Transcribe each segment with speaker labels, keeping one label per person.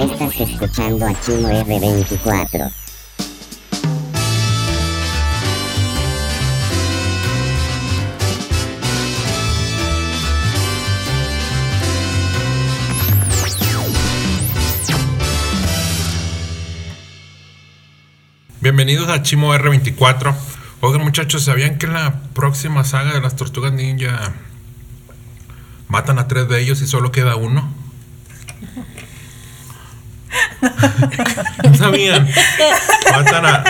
Speaker 1: Estás escuchando a Chino R24.
Speaker 2: Bienvenidos a Chimo R24. Oigan muchachos, ¿sabían que en la próxima saga de las tortugas ninja matan a tres de ellos y solo queda uno? ¿No sabían? Matan a...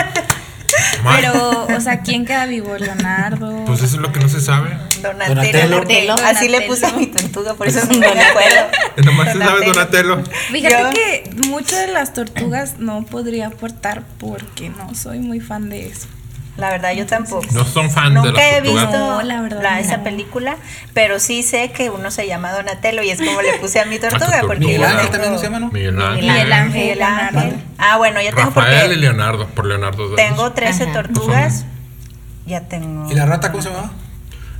Speaker 2: ma-
Speaker 3: Pero, o sea, ¿quién queda vivo? Leonardo.
Speaker 2: Pues eso es lo que no se sabe.
Speaker 4: Donatello.
Speaker 5: Donatello.
Speaker 3: Donatello.
Speaker 4: Así le puse a mi tortuga, por eso no me acuerdo.
Speaker 2: Nomás se sabe Donatello.
Speaker 3: Fíjate
Speaker 4: Yo-
Speaker 3: que muchas de las tortugas no podría aportar porque no soy muy fan de eso.
Speaker 4: La verdad, yo tampoco.
Speaker 2: No son fan de
Speaker 4: Nunca
Speaker 2: las
Speaker 4: he visto
Speaker 2: tortugas.
Speaker 3: No, la verdad, no.
Speaker 4: esa película, pero sí sé que uno se llama Donatello y es como le puse a mi tortuga.
Speaker 2: tortuga.
Speaker 4: porque
Speaker 2: Miguel
Speaker 4: yo
Speaker 2: Ángel
Speaker 4: tengo-
Speaker 5: también no se llama, ¿no?
Speaker 2: Miguel Ángel.
Speaker 3: Miguel Ángel.
Speaker 4: Miguel Ángel.
Speaker 3: Leonardo.
Speaker 4: Ah, bueno, ya tengo
Speaker 2: Rafael y
Speaker 4: porque
Speaker 2: Leonardo, por Leonardo.
Speaker 4: tengo 13
Speaker 6: Ajá.
Speaker 4: tortugas. Ya tengo.
Speaker 5: ¿Y la rata cómo se llama?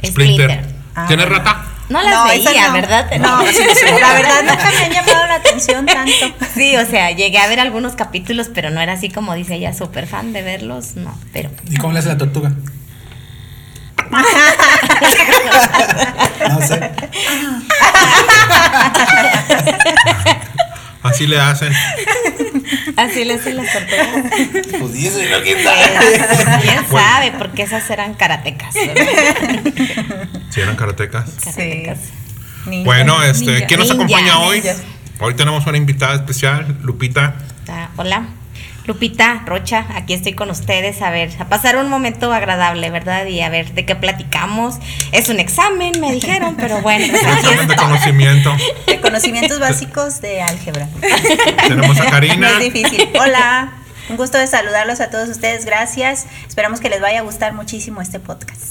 Speaker 2: Splinter.
Speaker 4: Ah.
Speaker 2: ¿Tienes rata?
Speaker 6: No las
Speaker 4: esa
Speaker 6: veía,
Speaker 4: no.
Speaker 6: ¿verdad?
Speaker 4: No, la verdad nunca me han llamado la atención tanto.
Speaker 6: Sí, o sea, llegué a ver algunos capítulos, pero no era así como dice ella, súper fan de verlos, no, pero...
Speaker 5: ¿Y cómo le hace la tortuga? No sé.
Speaker 2: Así le hacen.
Speaker 6: Así le hacen las tortugas.
Speaker 5: Pues dice, no quién
Speaker 6: ¿Quién sabe? Porque esas eran karatecas. ¿verdad?
Speaker 2: Si eran karatecas.
Speaker 6: Karatecas.
Speaker 4: Ninja.
Speaker 2: Bueno, este,
Speaker 3: Ninja.
Speaker 2: ¿quién nos
Speaker 6: Ninja.
Speaker 2: acompaña hoy?
Speaker 4: Ninja.
Speaker 2: Hoy tenemos una invitada especial, Lupita.
Speaker 6: Ah, Hola. Lupita, Rocha, aquí estoy con ustedes a ver, a pasar un momento agradable, ¿verdad? Y a ver de qué platicamos. Es un examen, me dijeron, pero bueno, pues
Speaker 2: Un
Speaker 6: aquí
Speaker 2: examen de
Speaker 6: estoy.
Speaker 2: conocimiento.
Speaker 4: De
Speaker 2: eh,
Speaker 4: conocimientos básicos de álgebra.
Speaker 2: Tenemos a Karina.
Speaker 4: No es difícil. Hola. Un gusto de saludarlos a todos ustedes. Gracias. Esperamos que les vaya a gustar muchísimo este podcast.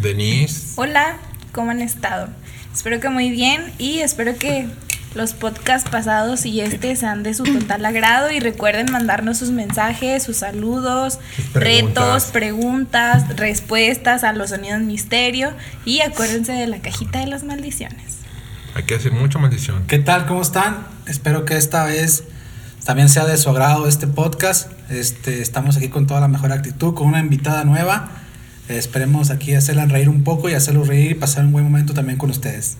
Speaker 2: Denise.
Speaker 3: Hola, ¿cómo han estado? Espero que muy bien y espero que los podcasts pasados y este sean de su total agrado y recuerden mandarnos sus mensajes, sus saludos,
Speaker 2: Sus preguntas.
Speaker 3: retos, preguntas, respuestas a los sonidos misterio y acuérdense de la cajita de las maldiciones.
Speaker 2: Hay que decir mucha maldición.
Speaker 5: ¿Qué tal? ¿Cómo están? Espero que esta vez también sea de su agrado este podcast. Este, estamos aquí con toda la mejor actitud, con una invitada nueva. Esperemos aquí hacerla reír un poco y hacerlos reír y pasar un buen momento también con ustedes.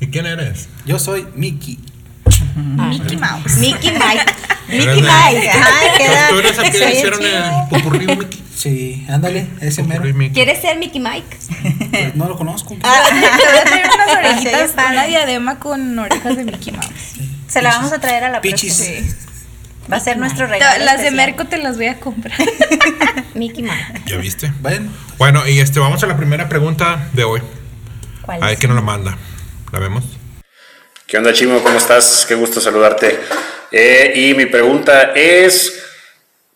Speaker 2: ¿Y quién eres?
Speaker 5: Yo soy Miki.
Speaker 3: Mickey Mouse.
Speaker 6: Mickey Mike.
Speaker 2: Eres
Speaker 6: Mickey
Speaker 2: de-
Speaker 6: Mike.
Speaker 4: Ay, qué edad.
Speaker 2: ¿Tú eres el que
Speaker 4: Soy
Speaker 2: le
Speaker 4: el
Speaker 2: hicieron
Speaker 4: chino.
Speaker 2: el popurrí Mickey?
Speaker 5: Sí, ándale, ese mero.
Speaker 2: Popurrí Mickey.
Speaker 6: ¿Quieres ser Mickey Mike?
Speaker 5: Pues no lo conozco.
Speaker 4: Ah,
Speaker 3: Te voy a traer unas orejitas,
Speaker 4: Sí, padre.
Speaker 3: una diadema con orejas de Mickey Mouse.
Speaker 4: Se la vamos a traer a la
Speaker 5: Pichis.
Speaker 4: próxima. Va a ser nuestro regalo.
Speaker 3: Las de
Speaker 4: especial.
Speaker 3: Merco te las voy a comprar.
Speaker 6: Mickey Mike.
Speaker 2: ¿Ya viste?
Speaker 5: Bueno,
Speaker 2: Bueno, y este, vamos a la primera pregunta de hoy.
Speaker 4: ¿Cuál
Speaker 2: A ver
Speaker 4: es?
Speaker 2: quién nos la manda. ¿La vemos?
Speaker 7: ¿Qué onda, Chimo? ¿Cómo estás? Qué gusto saludarte. Eh, y mi pregunta es,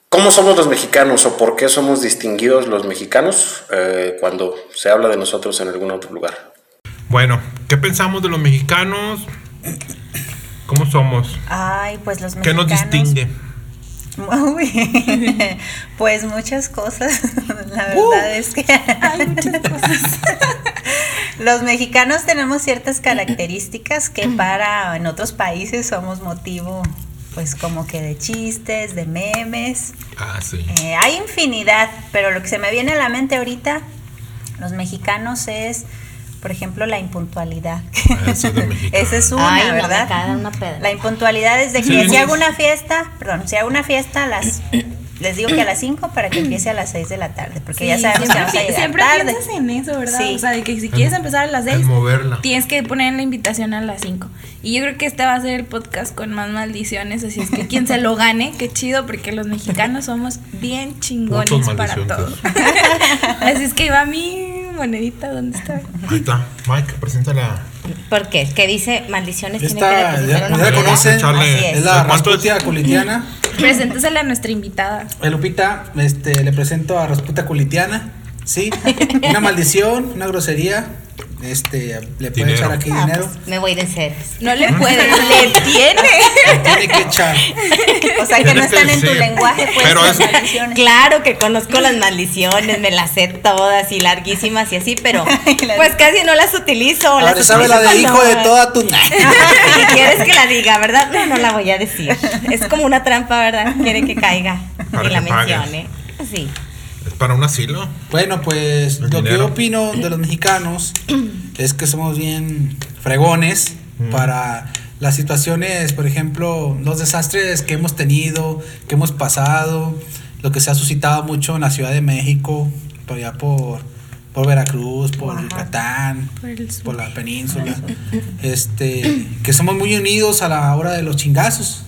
Speaker 7: ¿cómo somos los mexicanos o por qué somos distinguidos los mexicanos eh, cuando se habla de nosotros en algún otro lugar?
Speaker 2: Bueno, ¿qué pensamos de los mexicanos? ¿Cómo somos?
Speaker 4: Ay, pues los
Speaker 2: ¿Qué
Speaker 4: mexicanos.
Speaker 2: nos distingue?
Speaker 4: Uy, pues muchas cosas. La verdad es que
Speaker 3: Hay muchas cosas.
Speaker 4: los mexicanos tenemos ciertas características que para en otros países somos motivo, pues como que de chistes, de memes.
Speaker 2: Ah, sí.
Speaker 4: Eh, hay infinidad, pero lo que se me viene a la mente ahorita, los mexicanos es, por ejemplo, la impuntualidad.
Speaker 2: Ah, eso es de mexicano.
Speaker 4: Esa es una,
Speaker 6: Ay, no, me
Speaker 4: ¿verdad?
Speaker 6: acaba de dar una pedra.
Speaker 4: La impuntualidad es de que
Speaker 2: Sí,
Speaker 4: si
Speaker 2: no.
Speaker 4: hago una fiesta, perdón, si hago una fiesta a las les digo que a las 5 para que empiece a las 6 de la tarde, porque ya sabemos que
Speaker 3: siempre
Speaker 4: vamos a
Speaker 3: pi-
Speaker 4: llegar
Speaker 3: siempre
Speaker 4: tarde.
Speaker 3: piensas en eso, ¿verdad?
Speaker 4: Sí.
Speaker 3: O sea, de que si quieres empezar a las
Speaker 2: En
Speaker 3: 6,
Speaker 2: moverla.
Speaker 3: tienes que poner en la invitación a las 5. Y yo creo que este va a ser el podcast con más maldiciones, así es que quien se lo gane, qué chido, porque los mexicanos somos bien chingones
Speaker 2: Putos
Speaker 3: para todo.
Speaker 2: maldiciones.
Speaker 3: así es que va mi monedita, ¿dónde está?
Speaker 2: Ahí está. Mike, preséntala.
Speaker 6: ¿Por qué? Que dice maldiciones tiene que
Speaker 5: esta ya, ya
Speaker 6: representar una
Speaker 5: la
Speaker 2: Vamos a
Speaker 5: conocen.
Speaker 2: echarle-
Speaker 5: Es la
Speaker 2: ¿Cuánto es?
Speaker 5: Rasputia Culitiana.
Speaker 3: Preséntasela a nuestra invitada.
Speaker 5: Eh, Lupita, este, le presento a Rasputa Culitiana, ¿sí? Una maldición, una grosería, este, le puede
Speaker 2: Dinero.
Speaker 5: echar aquí
Speaker 6: Ah,
Speaker 5: dinero.
Speaker 6: pues, me voy de seres.
Speaker 3: No le puede, le tiene.
Speaker 5: le tiene que echar.
Speaker 4: O sea, que no
Speaker 2: Tienes que
Speaker 4: están en tu
Speaker 2: decir.
Speaker 4: lenguaje, pues,
Speaker 2: Pero
Speaker 4: las
Speaker 2: es-
Speaker 4: maldiciones.
Speaker 6: Claro que conozco las maldiciones, me las sé todas y larguísimas y así, pero
Speaker 4: Ay, la-
Speaker 6: pues casi no las utilizo.
Speaker 5: Ahora
Speaker 6: las
Speaker 5: sabe la
Speaker 6: utilizo
Speaker 5: de hijo
Speaker 6: cuando-
Speaker 5: de toda tu.
Speaker 6: Y quieres que la diga, ¿verdad? No, no la voy a decir. Es como una trampa, ¿verdad? Quiere que caiga
Speaker 2: Para
Speaker 6: y la
Speaker 2: que pagues.
Speaker 6: mencione. Sí.
Speaker 2: ¿Es para un asilo?
Speaker 5: Bueno, pues
Speaker 2: El
Speaker 5: lo que
Speaker 2: dinero.
Speaker 5: yo opino de los mexicanos es que somos bien fregones
Speaker 2: Mm.
Speaker 5: para las situaciones, por ejemplo, los desastres que hemos tenido, que hemos pasado, lo que se ha suscitado mucho en la Ciudad de México, por allá por, por Veracruz, por Yucatán,
Speaker 3: Por el sur.
Speaker 5: por la península, este, que somos muy unidos a la hora de los chingazos.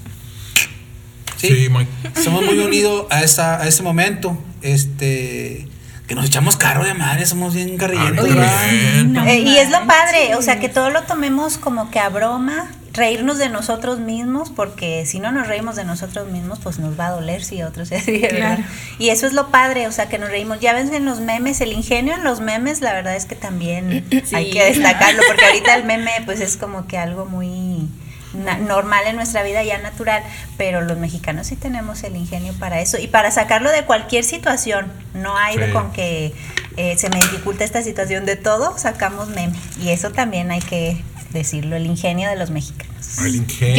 Speaker 2: Sí, muy.
Speaker 5: Somos muy unidos a, esa, a ese momento. Este. Que nos echamos carro de madre, somos bien
Speaker 2: Ah,
Speaker 5: carrilleros.
Speaker 2: qué
Speaker 5: ¿verdad?
Speaker 2: bien.
Speaker 3: No
Speaker 4: Eh, y es lo
Speaker 3: manches.
Speaker 4: padre, o sea, que todo lo tomemos como que a broma, reírnos de nosotros mismos, porque si no nos reímos de nosotros mismos, pues nos va a doler si otros se ríen, ¿verdad?
Speaker 3: Claro.
Speaker 4: Y eso es lo padre, o sea, que nos reímos. Ya ven en los memes, el ingenio en los memes, la verdad es que también
Speaker 3: Sí,
Speaker 4: hay que destacarlo, porque ahorita el meme, pues es como que algo muy na- normal en nuestra vida ya natural, pero los mexicanos sí tenemos el ingenio para eso y para sacarlo de cualquier situación. No hay de
Speaker 2: Sí.
Speaker 4: con que eh, se me dificulta esta situación de todo, sacamos meme. Y eso también hay que decirlo, el ingenio de los mexicanos.
Speaker 2: El
Speaker 6: Yo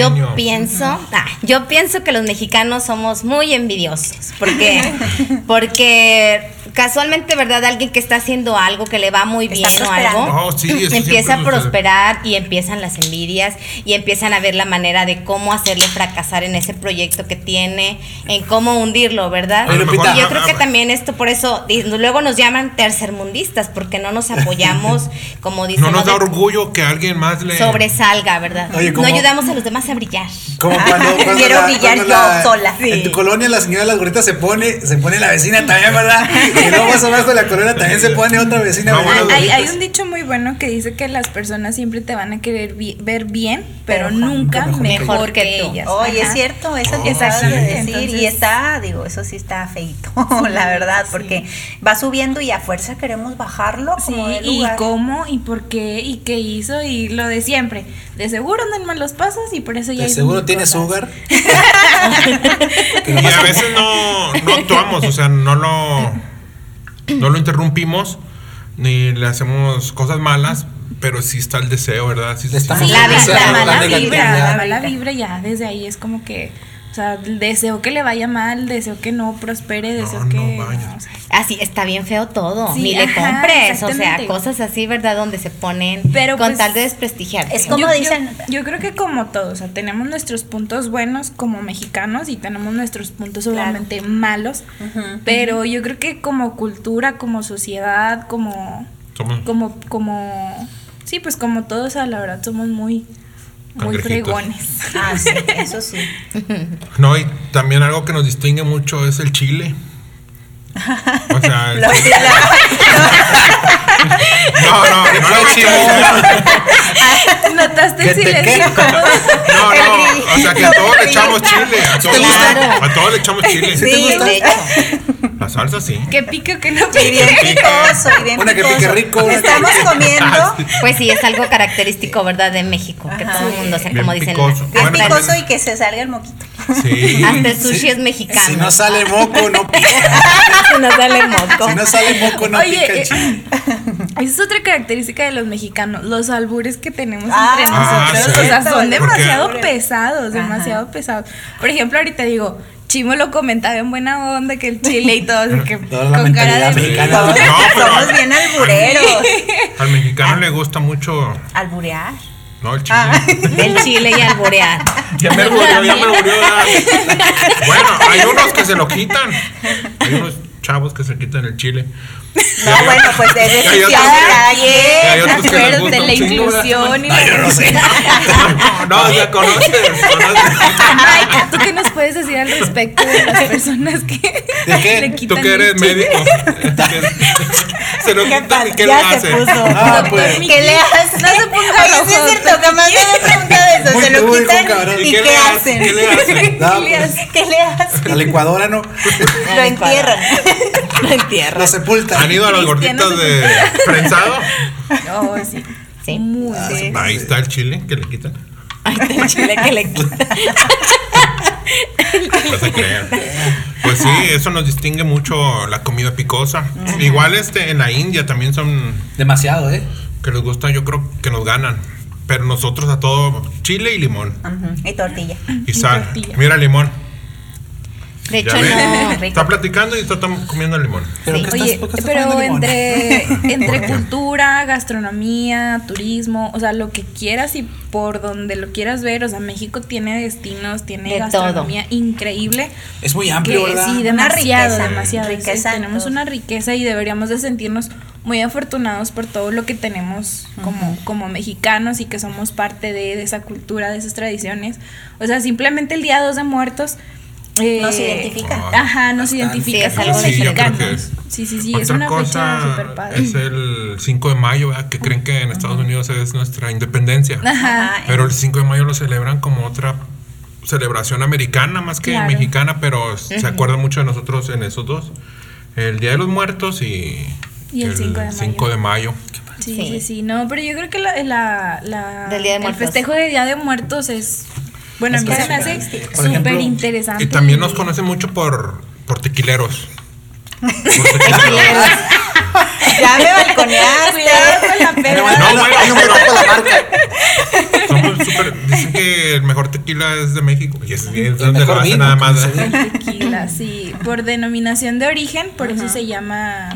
Speaker 2: ingenio.
Speaker 6: pienso, ah, yo pienso que los mexicanos somos muy envidiosos, porque, porque casualmente, verdad, alguien que está haciendo algo que le va muy
Speaker 4: Está
Speaker 6: bien o algo,
Speaker 4: prosperando.
Speaker 2: Oh, sí, eso
Speaker 6: empieza
Speaker 2: siempre
Speaker 6: a
Speaker 2: lo sé.
Speaker 6: prosperar y empiezan las envidias y empiezan a ver la manera de cómo hacerle fracasar en ese proyecto que tiene, en cómo hundirlo, ¿verdad?
Speaker 2: Oye, Lupita.
Speaker 6: Y yo creo que también esto, por eso, y luego nos llaman tercermundistas, porque no nos apoyamos, como dicen.
Speaker 2: No nos
Speaker 6: ¿no?
Speaker 2: da
Speaker 6: de-
Speaker 2: orgullo que alguien más le.
Speaker 6: sobresalga, ¿verdad?
Speaker 5: Oye,
Speaker 6: no
Speaker 5: ¿cómo?
Speaker 6: ayudamos a los demás a brillar.
Speaker 5: Como cuando, cuando
Speaker 4: Quiero brillar yo sola.
Speaker 5: En tu
Speaker 6: Sí.
Speaker 5: colonia la señora de las gorritas se pone, se pone la vecina también, ¿verdad? Y luego más abajo de la colonia también se pone otra vecina.
Speaker 2: No,
Speaker 5: ¿verdad?
Speaker 2: bueno,
Speaker 3: Hay, hay un dicho muy bueno que dice que las personas siempre te van a querer vi- ver bien, pero,
Speaker 4: Pero jamás
Speaker 3: nunca
Speaker 5: mejor
Speaker 3: mejor,
Speaker 5: que
Speaker 6: tú.
Speaker 3: que,
Speaker 6: Oye,
Speaker 3: ellas.
Speaker 4: Oye, es
Speaker 3: Ajá.
Speaker 4: cierto, eso que
Speaker 2: Oh,
Speaker 4: acabas de
Speaker 2: sí.
Speaker 4: decir. y
Speaker 3: Entonces-
Speaker 4: está, digo, eso sí está feito, la verdad, porque va subiendo y a fuerza queremos bajarlo.
Speaker 3: Sí,
Speaker 4: Como de
Speaker 3: y
Speaker 4: lugar.
Speaker 3: cómo, y por qué, y qué hizo, y lo de siempre. De seguro andan mal los pasos y por eso ya
Speaker 5: De
Speaker 3: hizo
Speaker 5: seguro
Speaker 3: mil
Speaker 5: tiene
Speaker 3: cosas.
Speaker 5: sugar.
Speaker 2: Y a veces no, no actuamos, o sea, no lo, no lo interrumpimos ni le hacemos cosas malas, pero sí está el deseo, ¿verdad? Sí,
Speaker 5: Le estamos
Speaker 3: Sí,
Speaker 5: La
Speaker 3: la,
Speaker 5: mala
Speaker 3: vibra,
Speaker 5: vibra,
Speaker 3: la
Speaker 5: la
Speaker 3: mala vibra,
Speaker 5: negatividad.
Speaker 3: la mala vibra ya desde ahí es como que, o sea, deseo que le vaya mal, deseo que no prospere, deseo
Speaker 2: no
Speaker 3: que...
Speaker 2: vayas.
Speaker 3: o sea,
Speaker 6: Así está bien feo todo,
Speaker 3: Sí,
Speaker 6: ni le
Speaker 3: ajá,
Speaker 6: compres, o sea,
Speaker 3: exactamente.
Speaker 6: cosas así, ¿verdad? Donde se ponen
Speaker 3: Pero,
Speaker 6: con
Speaker 3: pues,
Speaker 6: tal de desprestigiar.
Speaker 4: es como- ¿Cómo dicen?
Speaker 3: Yo, creo que como todos, o sea, tenemos nuestros puntos buenos como mexicanos y tenemos nuestros puntos obviamente malos, pero yo creo que como cultura, como sociedad, como
Speaker 2: somos-
Speaker 3: como como sí, pues como todos, a la verdad somos muy muy
Speaker 2: Cangrejitos.
Speaker 3: fregones.
Speaker 4: Ah, sí, eso sí.
Speaker 2: no, y también algo que nos distingue mucho es el chile. O sea, el-
Speaker 4: Los- la-
Speaker 2: no, no, no lo decimos.
Speaker 3: ¿Notaste
Speaker 5: Que
Speaker 3: el
Speaker 5: te
Speaker 3: silencio?
Speaker 2: No,
Speaker 5: quejo.
Speaker 2: no, o sea que a todos le echamos chile. A todos,
Speaker 6: Claro.
Speaker 2: a todos le echamos chile.
Speaker 6: Sí, de hecho.
Speaker 2: La salsa sí.
Speaker 3: Que pique o que no
Speaker 4: Y bien
Speaker 3: pique.
Speaker 4: picoso, y bien
Speaker 5: Una que pique
Speaker 4: picoso.
Speaker 5: rico, una que
Speaker 4: Estamos comiendo.
Speaker 6: Pues sí, es algo característico, ¿verdad? De México, que
Speaker 4: Ajá.
Speaker 6: todo el mundo, o sea,
Speaker 2: Bien
Speaker 6: como dicen.
Speaker 2: picoso.
Speaker 6: hasta
Speaker 4: Es
Speaker 2: Bueno, pues,
Speaker 6: el-
Speaker 4: picoso y que se salga el moquito.
Speaker 2: Sí.
Speaker 6: Hasta el sushi
Speaker 5: Sí.
Speaker 6: es mexicano.
Speaker 5: Si no sale moco, no pica.
Speaker 6: Si no sale moco.
Speaker 5: Si no sale moco, no
Speaker 3: Oye,
Speaker 5: pica el
Speaker 3: eh,
Speaker 5: chile.
Speaker 3: Esa es otra característica de los mexicanos, los albures que tenemos
Speaker 4: Ah,
Speaker 3: entre
Speaker 2: Ah,
Speaker 3: nosotros.
Speaker 2: sí.
Speaker 3: O sea, son
Speaker 4: ¿Por
Speaker 2: qué?
Speaker 3: demasiado pesados, demasiado pesados. Por ejemplo, ahorita digo, Chimo lo comentaba en buena onda que el chile y todo, así que
Speaker 5: Toda la
Speaker 3: con cara
Speaker 5: mentalidad
Speaker 3: de.
Speaker 5: mexicana.
Speaker 2: Ah, No, pero-
Speaker 4: Somos bien albureros.
Speaker 2: Al mexicano le gusta mucho,
Speaker 4: Alburear.
Speaker 2: ¿no? El chile.
Speaker 6: El chile y alborear.
Speaker 2: Ya me murió, ya me murió. Bueno, hay unos que se lo quitan. Hay unos chavos que se quitan el chile.
Speaker 4: No, bueno, pues es
Speaker 2: Ya hay otros-
Speaker 4: decisión de
Speaker 2: ya hay
Speaker 4: alguien.
Speaker 2: otros que les
Speaker 3: Pero
Speaker 2: gusta
Speaker 3: de
Speaker 2: un
Speaker 3: la
Speaker 2: chingo, ¿verdad?
Speaker 3: inclusión y
Speaker 5: Ay, yo no sé.
Speaker 2: No, ya conoces, conoces.
Speaker 3: Mike, ¿tú qué nos puedes decir al respecto de las personas que
Speaker 5: ¿De qué?
Speaker 3: le
Speaker 2: Tú
Speaker 3: quitan
Speaker 2: que
Speaker 3: el
Speaker 2: eres
Speaker 3: chile?
Speaker 2: médico. Se lo quitan y qué le
Speaker 4: Ya se
Speaker 2: hacen.
Speaker 4: puso.
Speaker 5: Ah, pues.
Speaker 4: ¿Qué le hacen? No se ponga Oye, sí
Speaker 3: rojo.
Speaker 4: es cierto, jamás me había preguntado eso.
Speaker 5: Muy
Speaker 4: Se lo
Speaker 5: tú, hijo,
Speaker 4: quitan
Speaker 5: cabrón.
Speaker 4: y
Speaker 2: ¿Y qué
Speaker 4: ¿qué
Speaker 2: le hacen?
Speaker 4: hacen?
Speaker 2: ¿Qué le hacen?
Speaker 5: No, pues,
Speaker 4: ¿Qué le hacen?
Speaker 5: la licuadora no.
Speaker 4: Lo entierran.
Speaker 6: Lo entierran.
Speaker 5: La sepulta.
Speaker 2: ¿Han ido a los
Speaker 3: Cristiano
Speaker 2: gorditos de prensado?
Speaker 3: Oh, sí.
Speaker 6: Sí.
Speaker 3: Muy
Speaker 6: Sí.
Speaker 3: bien. Este.
Speaker 5: Ah,
Speaker 2: Ahí está el chile que le quitan.
Speaker 6: Ay, el chile que le quita.
Speaker 2: Vas a creer. Pues sí, eso nos distingue mucho la comida picosa. Igual este en la India también son
Speaker 5: Demasiado, ¿eh?
Speaker 2: que les gusta, yo creo que nos ganan. Pero nosotros a todo chile y limón
Speaker 4: Ujú, Y tortilla.
Speaker 2: y sal.
Speaker 3: tortilla.
Speaker 2: Mira limón.
Speaker 6: De hecho,
Speaker 2: Ya ves.
Speaker 6: no, rico.
Speaker 2: Está platicando y está tom- comiendo limón.
Speaker 5: Pero
Speaker 6: Sí.
Speaker 5: ¿qué
Speaker 3: Oye,
Speaker 5: estás- por qué estás
Speaker 3: pero
Speaker 5: poniendo limón?
Speaker 3: entre, entre cultura, gastronomía, turismo, o sea, lo que quieras y por donde lo quieras ver, o sea, México tiene destinos, tiene
Speaker 6: De
Speaker 3: gastronomía increíble.
Speaker 5: Es muy amplio,
Speaker 3: que
Speaker 5: ¿verdad?
Speaker 3: sí,
Speaker 4: Una
Speaker 3: demasiado,
Speaker 4: riqueza,
Speaker 3: demasiado. sí,
Speaker 4: riqueza en
Speaker 3: tenemos
Speaker 4: todo.
Speaker 3: una riqueza y deberíamos de sentirnos muy afortunados por todo lo que tenemos como, como mexicanos y que somos parte de, de esa cultura, de esas tradiciones. O sea, simplemente el Día 2 de Muertos... eh,
Speaker 4: Nos identifica.
Speaker 3: Ajá, nos
Speaker 5: Bastante.
Speaker 3: identifica
Speaker 6: Sí, es algo
Speaker 3: como
Speaker 6: Sí, yo creo
Speaker 2: que
Speaker 3: mexicanos.
Speaker 2: es.
Speaker 3: Sí, sí, sí, es
Speaker 2: Otra
Speaker 3: una fecha
Speaker 2: cosa
Speaker 3: súper padre.
Speaker 2: es el 5 de mayo, ¿verdad? que creen que en Estados Unidos es nuestra independencia.
Speaker 3: Ajá.
Speaker 4: Ajá,
Speaker 2: Pero el 5 de mayo lo celebran como otra celebración americana más que
Speaker 3: Claro.
Speaker 2: mexicana, pero se acuerdan mucho de nosotros en esos dos. El Día de los Muertos y,
Speaker 3: Y el 5 de mayo.
Speaker 2: 5 de mayo.
Speaker 3: Sí,
Speaker 6: Sí.
Speaker 3: sí, sí. No, pero yo creo que la, la, la-
Speaker 6: Del Día de
Speaker 3: el
Speaker 6: Muertos.
Speaker 3: festejo de Día de Muertos es. Bueno, a mí se me hace
Speaker 5: Por
Speaker 3: súper
Speaker 5: ejemplo,
Speaker 3: interesante.
Speaker 2: Y también nos conocen mucho por, por tequileros. Por tequileros.
Speaker 4: Ya me balconeaste.
Speaker 3: Cuidado con la
Speaker 5: Pero
Speaker 3: peda.
Speaker 5: bueno,
Speaker 2: No,
Speaker 5: no,
Speaker 2: bueno,
Speaker 5: ahí no me
Speaker 2: pero-
Speaker 5: toco la marca.
Speaker 2: Somos súper- dicen que el mejor tequila es de México. Y es, y es
Speaker 5: El
Speaker 2: donde lo
Speaker 5: mejor
Speaker 2: hacen
Speaker 5: vino,
Speaker 2: nada más.
Speaker 5: como se
Speaker 2: ¿verdad?
Speaker 5: dice.
Speaker 3: El tequila, sí. Por denominación de origen, por eso se llama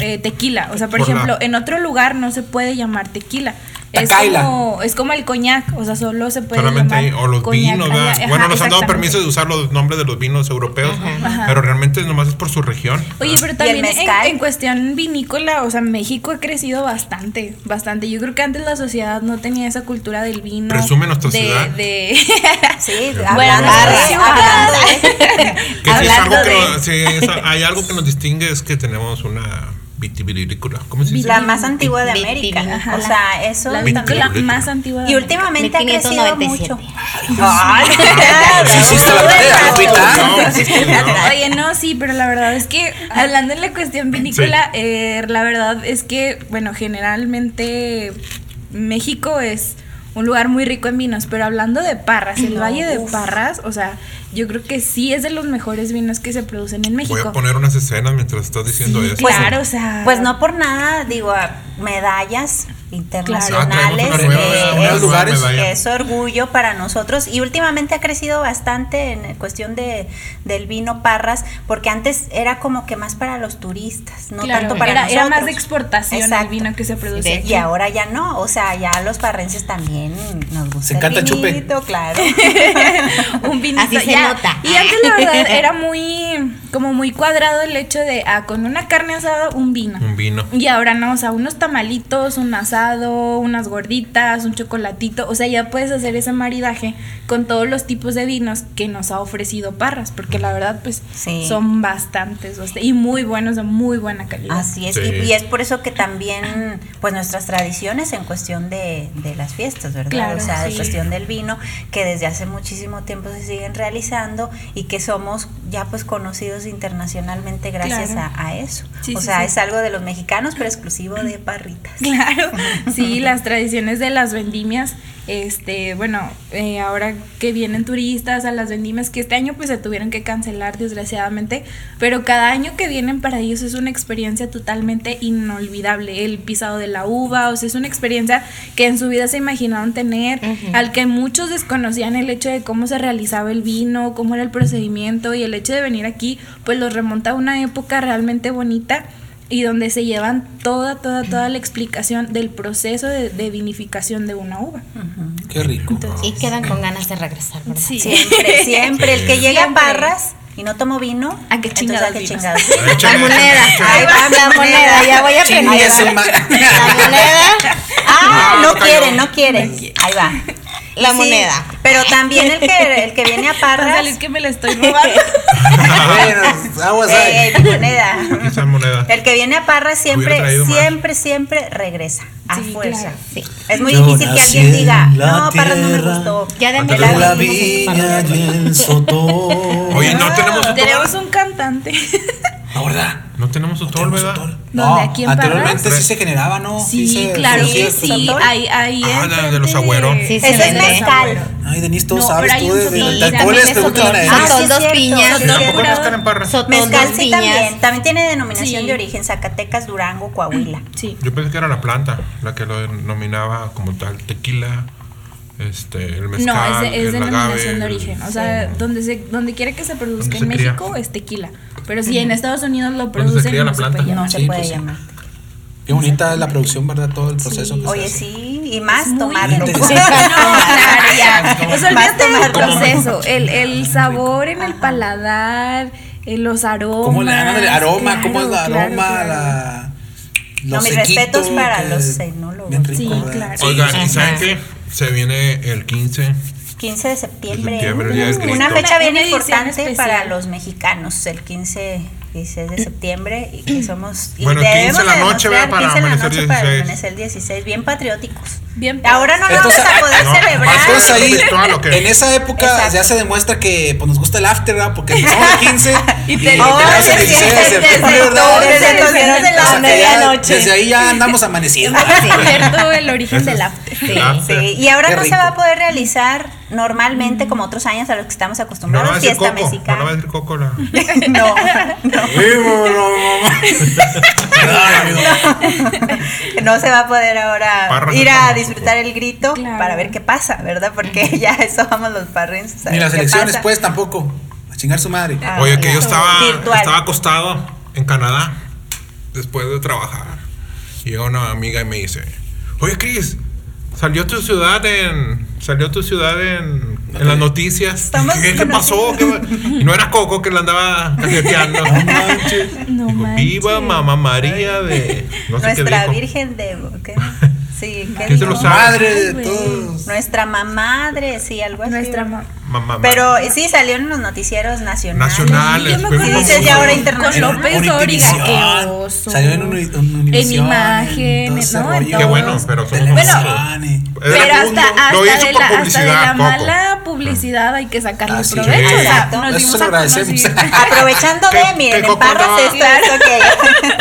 Speaker 3: eh, tequila. O sea, por,
Speaker 2: Por la-
Speaker 3: ejemplo, en otro lugar no se puede llamar tequila. Es
Speaker 5: Tacaila.
Speaker 3: como, es como el coñac, o sea, solo se puede
Speaker 2: Solamente ahí,
Speaker 3: llamar
Speaker 2: o los
Speaker 3: coñac
Speaker 2: vinos,
Speaker 3: allá.
Speaker 2: ¿verdad?
Speaker 3: Ajá,
Speaker 2: Bueno, nos han dado
Speaker 3: exactamente.
Speaker 2: permiso de usar los nombres de los vinos europeos,
Speaker 3: Ajá.
Speaker 2: pero realmente nomás es por su región.
Speaker 3: Oye, pero también en,
Speaker 4: mezcal?
Speaker 3: en cuestión vinícola, o sea, México ha crecido bastante, bastante. Yo creo que antes la sociedad no tenía esa cultura del vino.
Speaker 2: Presume nuestra
Speaker 3: de-
Speaker 2: ciudad.
Speaker 3: de-
Speaker 4: Sí,
Speaker 3: Bueno,
Speaker 4: hablando de,
Speaker 3: arriba.
Speaker 4: hablando de.
Speaker 2: Que si es algo
Speaker 4: Hablando
Speaker 2: que
Speaker 4: de-
Speaker 2: no- si es- hay algo que nos distingue es que tenemos una vitivinícola. ¿Cómo se dice?
Speaker 4: La más antigua de América.
Speaker 6: Vitivinícola.
Speaker 4: O sea, eso.
Speaker 3: la
Speaker 2: Vin-
Speaker 3: vinícola más antigua. de
Speaker 4: Y
Speaker 3: América.
Speaker 4: últimamente ha crecido mucho.
Speaker 6: 1597.
Speaker 4: Ay,
Speaker 5: Sí, sí, está la tarea, Lupita.
Speaker 2: No, sí, sí, no.
Speaker 3: Oye, no, sí, pero la verdad es que
Speaker 4: Ah.
Speaker 3: hablando en la cuestión vinícola, eh, la verdad es que, bueno, generalmente México es un lugar muy rico en vinos, pero hablando de Parras, el Valle de Parras, o sea, yo creo que sí es de los mejores vinos que se producen en México.
Speaker 2: Voy a poner unas escenas mientras estás diciendo
Speaker 3: Sí,
Speaker 2: eso.
Speaker 3: claro, o sea.
Speaker 4: Pues no por nada, digo, a- medallas
Speaker 2: Ah, traemos
Speaker 4: internacionales.
Speaker 2: una nueva-
Speaker 4: eh,
Speaker 2: una
Speaker 4: es-
Speaker 5: los
Speaker 2: nueva
Speaker 5: lugares,
Speaker 2: medalla.
Speaker 4: es orgullo para nosotros y últimamente ha crecido bastante en cuestión de, del vino Parras, porque antes era como que más para los turistas, no
Speaker 3: Claro,
Speaker 4: tanto para
Speaker 3: era,
Speaker 4: nosotros.
Speaker 3: era más de exportación el
Speaker 4: Exacto.
Speaker 3: vino que se produce.
Speaker 6: de
Speaker 3: aquí.
Speaker 4: Y ahora ya no, o sea, ya los parrenses también nos gusta.
Speaker 5: Se encanta el chupe.
Speaker 4: vinito, Claro.
Speaker 3: un vinito.
Speaker 6: Así se nota.
Speaker 3: Y antes la verdad era muy, como muy cuadrado el hecho de, ah, con una carne asada, un vino.
Speaker 2: Un vino.
Speaker 3: Y ahora no, o sea, unos tamalitos, un asado, unas gorditas, un chocolatito, o sea, ya puedes hacer ese maridaje con todos los tipos de vinos que nos ha ofrecido Parras, porque la verdad pues
Speaker 4: Sí.
Speaker 3: son bastantes, bast- y muy buenos, de muy buena calidad.
Speaker 4: Así es,
Speaker 2: Sí.
Speaker 4: y, y es por eso que también, pues nuestras tradiciones en cuestión de, de las fiestas, ¿verdad?
Speaker 3: Claro,
Speaker 4: o sea,
Speaker 3: sí.
Speaker 4: en cuestión del vino, que desde hace muchísimo tiempo se siguen realizando y que somos ya pues conocidos internacionalmente gracias
Speaker 3: Claro.
Speaker 4: a, a eso.
Speaker 3: Sí,
Speaker 4: o
Speaker 3: sí,
Speaker 4: sea,
Speaker 3: sí.
Speaker 4: es algo de los mexicanos, pero exclusivo de parritas.
Speaker 3: Claro, sí, las tradiciones de las vendimias, este, bueno, eh, ahora que vienen turistas a las vendimias, que este año pues se tuvieron que cancelar desgraciadamente, pero cada año que vienen para ellos es una experiencia totalmente inolvidable, el pisado de la uva, o sea, es una experiencia que en su vida se imaginaron tener, al que muchos desconocían el hecho de cómo se realizaba el vino, cómo era el procedimiento y el hecho de venir aquí, pues los remonta a una época realmente bonita y donde se llevan toda, toda, toda la explicación del proceso de, de vinificación de una uva.
Speaker 5: Qué rico.
Speaker 6: Y quedan con ganas de regresar, ¿verdad?
Speaker 4: Siempre, siempre, el que llega
Speaker 3: Siempre.
Speaker 4: a parras y no tomó vino,
Speaker 3: ¿A qué chingados
Speaker 4: entonces, ¿a
Speaker 3: vino?
Speaker 4: qué chingados?
Speaker 6: La
Speaker 2: Échale,
Speaker 6: moneda.
Speaker 2: échale.
Speaker 6: Ahí va la moneda, ya voy a
Speaker 5: Chingue
Speaker 6: aprender.
Speaker 5: su ma-
Speaker 6: La moneda.
Speaker 4: Ah, no
Speaker 2: no
Speaker 4: quiere,
Speaker 2: cayó.
Speaker 4: no quiere. Ahí va.
Speaker 6: La
Speaker 4: Sí,
Speaker 6: moneda.
Speaker 4: Pero también el que, el que viene a parras.
Speaker 3: Gonzalo, es que me la estoy robando.
Speaker 5: Bueno, aguas
Speaker 4: Eh,
Speaker 5: ahí.
Speaker 4: mi moneda.
Speaker 2: Aquí está la moneda.
Speaker 4: El que viene a Parra siempre,
Speaker 2: Hubiera traído más.
Speaker 4: siempre, siempre regresa a
Speaker 3: Sí,
Speaker 4: fuerza.
Speaker 3: claro.
Speaker 6: Sí.
Speaker 4: Es muy
Speaker 5: Yo
Speaker 4: difícil que
Speaker 5: nací
Speaker 4: alguien diga,
Speaker 5: en la
Speaker 4: no, Parra no me
Speaker 5: tierra
Speaker 4: gustó.
Speaker 6: Ya de mi
Speaker 3: eh,
Speaker 2: Ándale,
Speaker 5: De
Speaker 6: lado
Speaker 5: la
Speaker 6: hicimos un
Speaker 5: viña
Speaker 6: paro.
Speaker 5: y el sotón.
Speaker 2: Oye, no tenemos.
Speaker 3: Tenemos un bastante.
Speaker 5: No, Ah, ¿verdad?
Speaker 2: No tenemos sotol,
Speaker 5: Tenemos
Speaker 2: ¿verdad?
Speaker 5: otro.
Speaker 3: ¿Dónde? ¿Aquí en
Speaker 5: anteriormente
Speaker 2: Parras?
Speaker 5: sí se generaba, ¿no?
Speaker 3: Sí,
Speaker 5: se
Speaker 3: claro
Speaker 5: producía
Speaker 3: que
Speaker 5: este
Speaker 3: sí.
Speaker 5: sotol.
Speaker 3: Ahí, ahí
Speaker 2: Ah, la de
Speaker 3: enfrente
Speaker 2: los agüeros.
Speaker 3: de-
Speaker 6: Sí,
Speaker 4: Ese
Speaker 6: se
Speaker 4: es
Speaker 6: vende.
Speaker 4: mezcal.
Speaker 5: Ay, Denise, tú
Speaker 3: No,
Speaker 5: sabes,
Speaker 3: pero hay
Speaker 5: tú
Speaker 3: un
Speaker 5: de, de,
Speaker 3: sotol.
Speaker 5: de alcoholes
Speaker 6: También
Speaker 5: te
Speaker 6: es
Speaker 5: gustan
Speaker 6: sotol.
Speaker 5: a
Speaker 6: Ah,
Speaker 5: él.
Speaker 4: sí,
Speaker 6: son
Speaker 4: es
Speaker 6: dos
Speaker 4: cierto,
Speaker 6: piñas.
Speaker 4: sí, es
Speaker 2: Tampoco
Speaker 4: cierto.
Speaker 2: nos
Speaker 6: Ah,
Speaker 2: están en parra.
Speaker 6: Sotol,
Speaker 4: Mezcal
Speaker 6: dos
Speaker 4: sí
Speaker 6: piñas.
Speaker 4: también. También tiene denominación
Speaker 3: Sí.
Speaker 4: de origen Zacatecas, Durango, Coahuila.
Speaker 3: Sí.
Speaker 2: Yo pensé que era la planta la que lo denominaba como tal tequila, este, el mezcal,
Speaker 3: No, es, de- es
Speaker 2: el agave,
Speaker 3: denominación de
Speaker 2: el-
Speaker 3: origen. O sea, donde se, donde quiera que se
Speaker 2: Donde
Speaker 3: produzca
Speaker 2: se
Speaker 3: en
Speaker 2: cría.
Speaker 3: México es tequila. Pero si en Estados Unidos lo
Speaker 2: Donde se
Speaker 3: producen,
Speaker 2: cría la
Speaker 3: no se
Speaker 2: planta.
Speaker 3: puede
Speaker 4: No
Speaker 3: llamar.
Speaker 4: se
Speaker 5: Sí,
Speaker 4: puede
Speaker 5: pues sí.
Speaker 4: llamar.
Speaker 5: Qué bonita es la producción, ¿verdad? Todo el proceso. que se
Speaker 4: Oye,
Speaker 5: hace.
Speaker 4: sí, y más
Speaker 3: Muy
Speaker 4: tomarlo.
Speaker 5: interesante.
Speaker 3: Sí, claro, ya.
Speaker 4: Más
Speaker 3: O sea, olvídate del
Speaker 4: tomarlo.
Speaker 3: proceso, el, el sabor en el paladar, eh, los aromas.
Speaker 5: ¿Cómo le dan el aroma? ¿Cómo es el
Speaker 3: claro, claro,
Speaker 5: aroma?
Speaker 3: claro.
Speaker 5: La,
Speaker 4: No, mis
Speaker 5: sequito,
Speaker 4: respetos para
Speaker 5: que-
Speaker 4: los enólogos.
Speaker 5: Bien rico,
Speaker 3: Sí,
Speaker 5: ¿verdad?
Speaker 3: claro.
Speaker 2: Oigan, ¿y
Speaker 6: ajá.
Speaker 2: saben qué? Se viene el 15.
Speaker 4: 15 de septiembre.
Speaker 2: De septiembre, Día del
Speaker 4: una
Speaker 2: Cristo.
Speaker 4: fecha bien
Speaker 3: Una edición
Speaker 4: importante
Speaker 3: especial.
Speaker 4: para los mexicanos, el 15, 16 de septiembre, y que somos... y
Speaker 2: Bueno, 15
Speaker 4: debemos
Speaker 2: la noche,
Speaker 4: demostrar
Speaker 2: ¿verdad? Para
Speaker 4: 15 la
Speaker 2: amanecer
Speaker 4: noche para
Speaker 2: 16.
Speaker 4: amanecer 16, bien patrióticos.
Speaker 3: Bien
Speaker 4: Ahora no lo vamos
Speaker 5: Entonces,
Speaker 4: a poder
Speaker 2: no,
Speaker 4: celebrar.
Speaker 2: más
Speaker 5: Entonces ahí,
Speaker 2: Virtual, ¿o qué?
Speaker 5: en esa época
Speaker 4: Ah, Exacto.
Speaker 5: ya se demuestra que pues, nos gusta el after, ¿verdad? Porque empezamos el 15 y
Speaker 4: Oh,
Speaker 5: terminamos el
Speaker 4: desde-
Speaker 5: 16 de
Speaker 4: desde
Speaker 5: septiembre, ¿verdad?
Speaker 4: entonces, desde
Speaker 5: O
Speaker 4: entonces,
Speaker 5: sea,
Speaker 4: desde la
Speaker 5: que ya-
Speaker 6: medianoche.
Speaker 5: Desde ahí ya andamos amaneciendo.
Speaker 3: Sí, cierto, el origen del after.
Speaker 6: Sí.
Speaker 5: Ah,
Speaker 2: After.
Speaker 4: Sí, y ahora
Speaker 5: Qué
Speaker 4: no
Speaker 5: rico.
Speaker 4: se va a poder realizar
Speaker 3: Mm.
Speaker 4: normalmente como otros años a los que estamos
Speaker 2: No, no
Speaker 4: acostumbrados,
Speaker 2: va a decir
Speaker 4: fiesta
Speaker 2: coco. No, no va a
Speaker 4: mexicana.
Speaker 2: decir coco la.
Speaker 4: No, no. no se va a poder ahora
Speaker 2: Parras
Speaker 4: ir
Speaker 2: no
Speaker 4: a
Speaker 2: estamos.
Speaker 4: disfrutar el grito
Speaker 3: Claro.
Speaker 4: para ver qué pasa, ¿verdad? Porque ya eso vamos los parrens.
Speaker 5: Ni
Speaker 4: ¿sabes
Speaker 5: las
Speaker 4: qué
Speaker 5: elecciones,
Speaker 4: pasa?
Speaker 5: pues tampoco. A chingar su madre.
Speaker 4: Ah,
Speaker 2: Oye, que
Speaker 4: ya.
Speaker 2: yo estaba,
Speaker 4: Virtual.
Speaker 2: estaba acostado en Canadá después de trabajar. Y llega una amiga y me dice, oye Chris, salió tu ciudad en. Salió tu ciudad en, en las noticias.
Speaker 4: Estamos
Speaker 2: ¿Qué, qué
Speaker 4: con
Speaker 2: pasó? ¿Qué va-?" Y no era Coco que la andaba cajeteando.
Speaker 3: No
Speaker 2: Dijo,
Speaker 3: manches.
Speaker 2: viva mamá María de. No sé qué
Speaker 4: Nuestra
Speaker 2: dijo.
Speaker 4: Virgen de. ¿qué? Sí, ¿qué
Speaker 2: ¿Quién se
Speaker 4: dijo?
Speaker 2: lo sabe?
Speaker 5: Madre de
Speaker 3: güey.
Speaker 5: todos.
Speaker 4: Nuestra mamadre, sí, algo así.
Speaker 3: Nuestra mamá.
Speaker 2: Mamá
Speaker 4: Pero eh, sí salieron los noticieros nacionales.
Speaker 2: Nacionales.
Speaker 3: Yo me
Speaker 2: pero
Speaker 3: acuerdo
Speaker 2: no
Speaker 4: Sí, dices,
Speaker 2: sé.
Speaker 4: ya ahora
Speaker 3: Con
Speaker 4: internacional.
Speaker 3: López
Speaker 5: Unitivisión.
Speaker 3: Dóriga, qué oso.
Speaker 5: Salió en Uni- en Univisión,
Speaker 3: imagen,
Speaker 5: todo ese
Speaker 3: ¿no? En
Speaker 5: rollo.
Speaker 3: todo.
Speaker 2: Qué bueno, pero somos
Speaker 5: Televisión,
Speaker 3: Bueno,
Speaker 5: y-
Speaker 2: Es del
Speaker 3: Pero
Speaker 2: mundo.
Speaker 3: hasta, hasta,
Speaker 2: Lo hizo
Speaker 3: de
Speaker 2: por
Speaker 3: la, hasta de
Speaker 2: publicidad,
Speaker 3: la
Speaker 2: Coco.
Speaker 3: mala publicidad hay que sacarle
Speaker 5: Así es.
Speaker 3: provecho. O sea,
Speaker 4: Exacto.
Speaker 3: nos
Speaker 5: Eso
Speaker 3: dimos
Speaker 5: lo
Speaker 3: a
Speaker 5: agradecemos.
Speaker 3: conocer.
Speaker 4: Aprovechando
Speaker 2: Ah, ¿Qué-
Speaker 4: de, miren,
Speaker 2: qué
Speaker 4: en Parras
Speaker 2: coco
Speaker 4: esto es ok.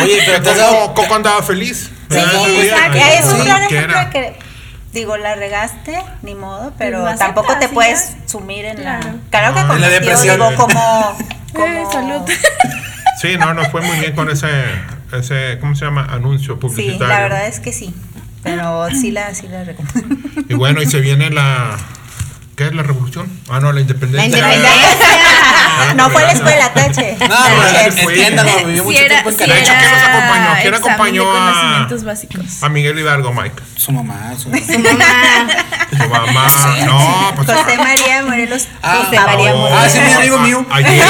Speaker 5: Oye, pero
Speaker 2: Pero
Speaker 5: te has dado
Speaker 2: Coco, Coco andaba feliz.
Speaker 4: Sí,
Speaker 2: ¿verdad?
Speaker 4: exacto.
Speaker 2: Ay,
Speaker 4: Es un
Speaker 2: sí,
Speaker 4: gran
Speaker 2: Ah, que
Speaker 4: ejemplo
Speaker 2: era.
Speaker 4: de que, digo, la regaste, ni modo, pero
Speaker 3: Lo aceptas,
Speaker 4: tampoco te
Speaker 3: sí,
Speaker 4: puedes
Speaker 3: ya.
Speaker 4: sumir en
Speaker 3: Claro.
Speaker 4: la. Claro que
Speaker 2: Ah.
Speaker 5: En la
Speaker 4: cometió,
Speaker 5: depresión.
Speaker 4: digo, como.
Speaker 3: Eh,
Speaker 4: como
Speaker 3: salud.
Speaker 2: Sí, no, no fue muy bien con ese, ese ¿cómo se llama? Anuncio
Speaker 4: Sí,
Speaker 2: publicitario.
Speaker 4: la verdad es que sí. Pero sí la, sí la recomiendo.
Speaker 2: Y bueno, y se viene la... ¿Qué es la revolución? Ah, no, la
Speaker 6: La
Speaker 2: independencia. Ah,
Speaker 6: independencia.
Speaker 4: Ah, no fue la escuela, Este, Tache.
Speaker 5: No, pero entiéndanos, vivió
Speaker 3: Si
Speaker 5: mucho
Speaker 3: era,
Speaker 5: tiempo en
Speaker 3: si
Speaker 5: Canadá.
Speaker 2: De hecho,
Speaker 3: era
Speaker 2: ¿quién nos acompañó? ¿Quién
Speaker 3: examen
Speaker 2: acompañó
Speaker 3: de
Speaker 2: a-
Speaker 3: conocimientos básicos.
Speaker 2: A Miguel Hidalgo, Mike.
Speaker 5: Su mamá, su mamá.
Speaker 6: Ah,
Speaker 2: Tu mamá. No, pues...
Speaker 4: José María Morelos.
Speaker 6: José María
Speaker 2: no.
Speaker 5: Ah, sí, mi amigo mío.
Speaker 2: Ayer.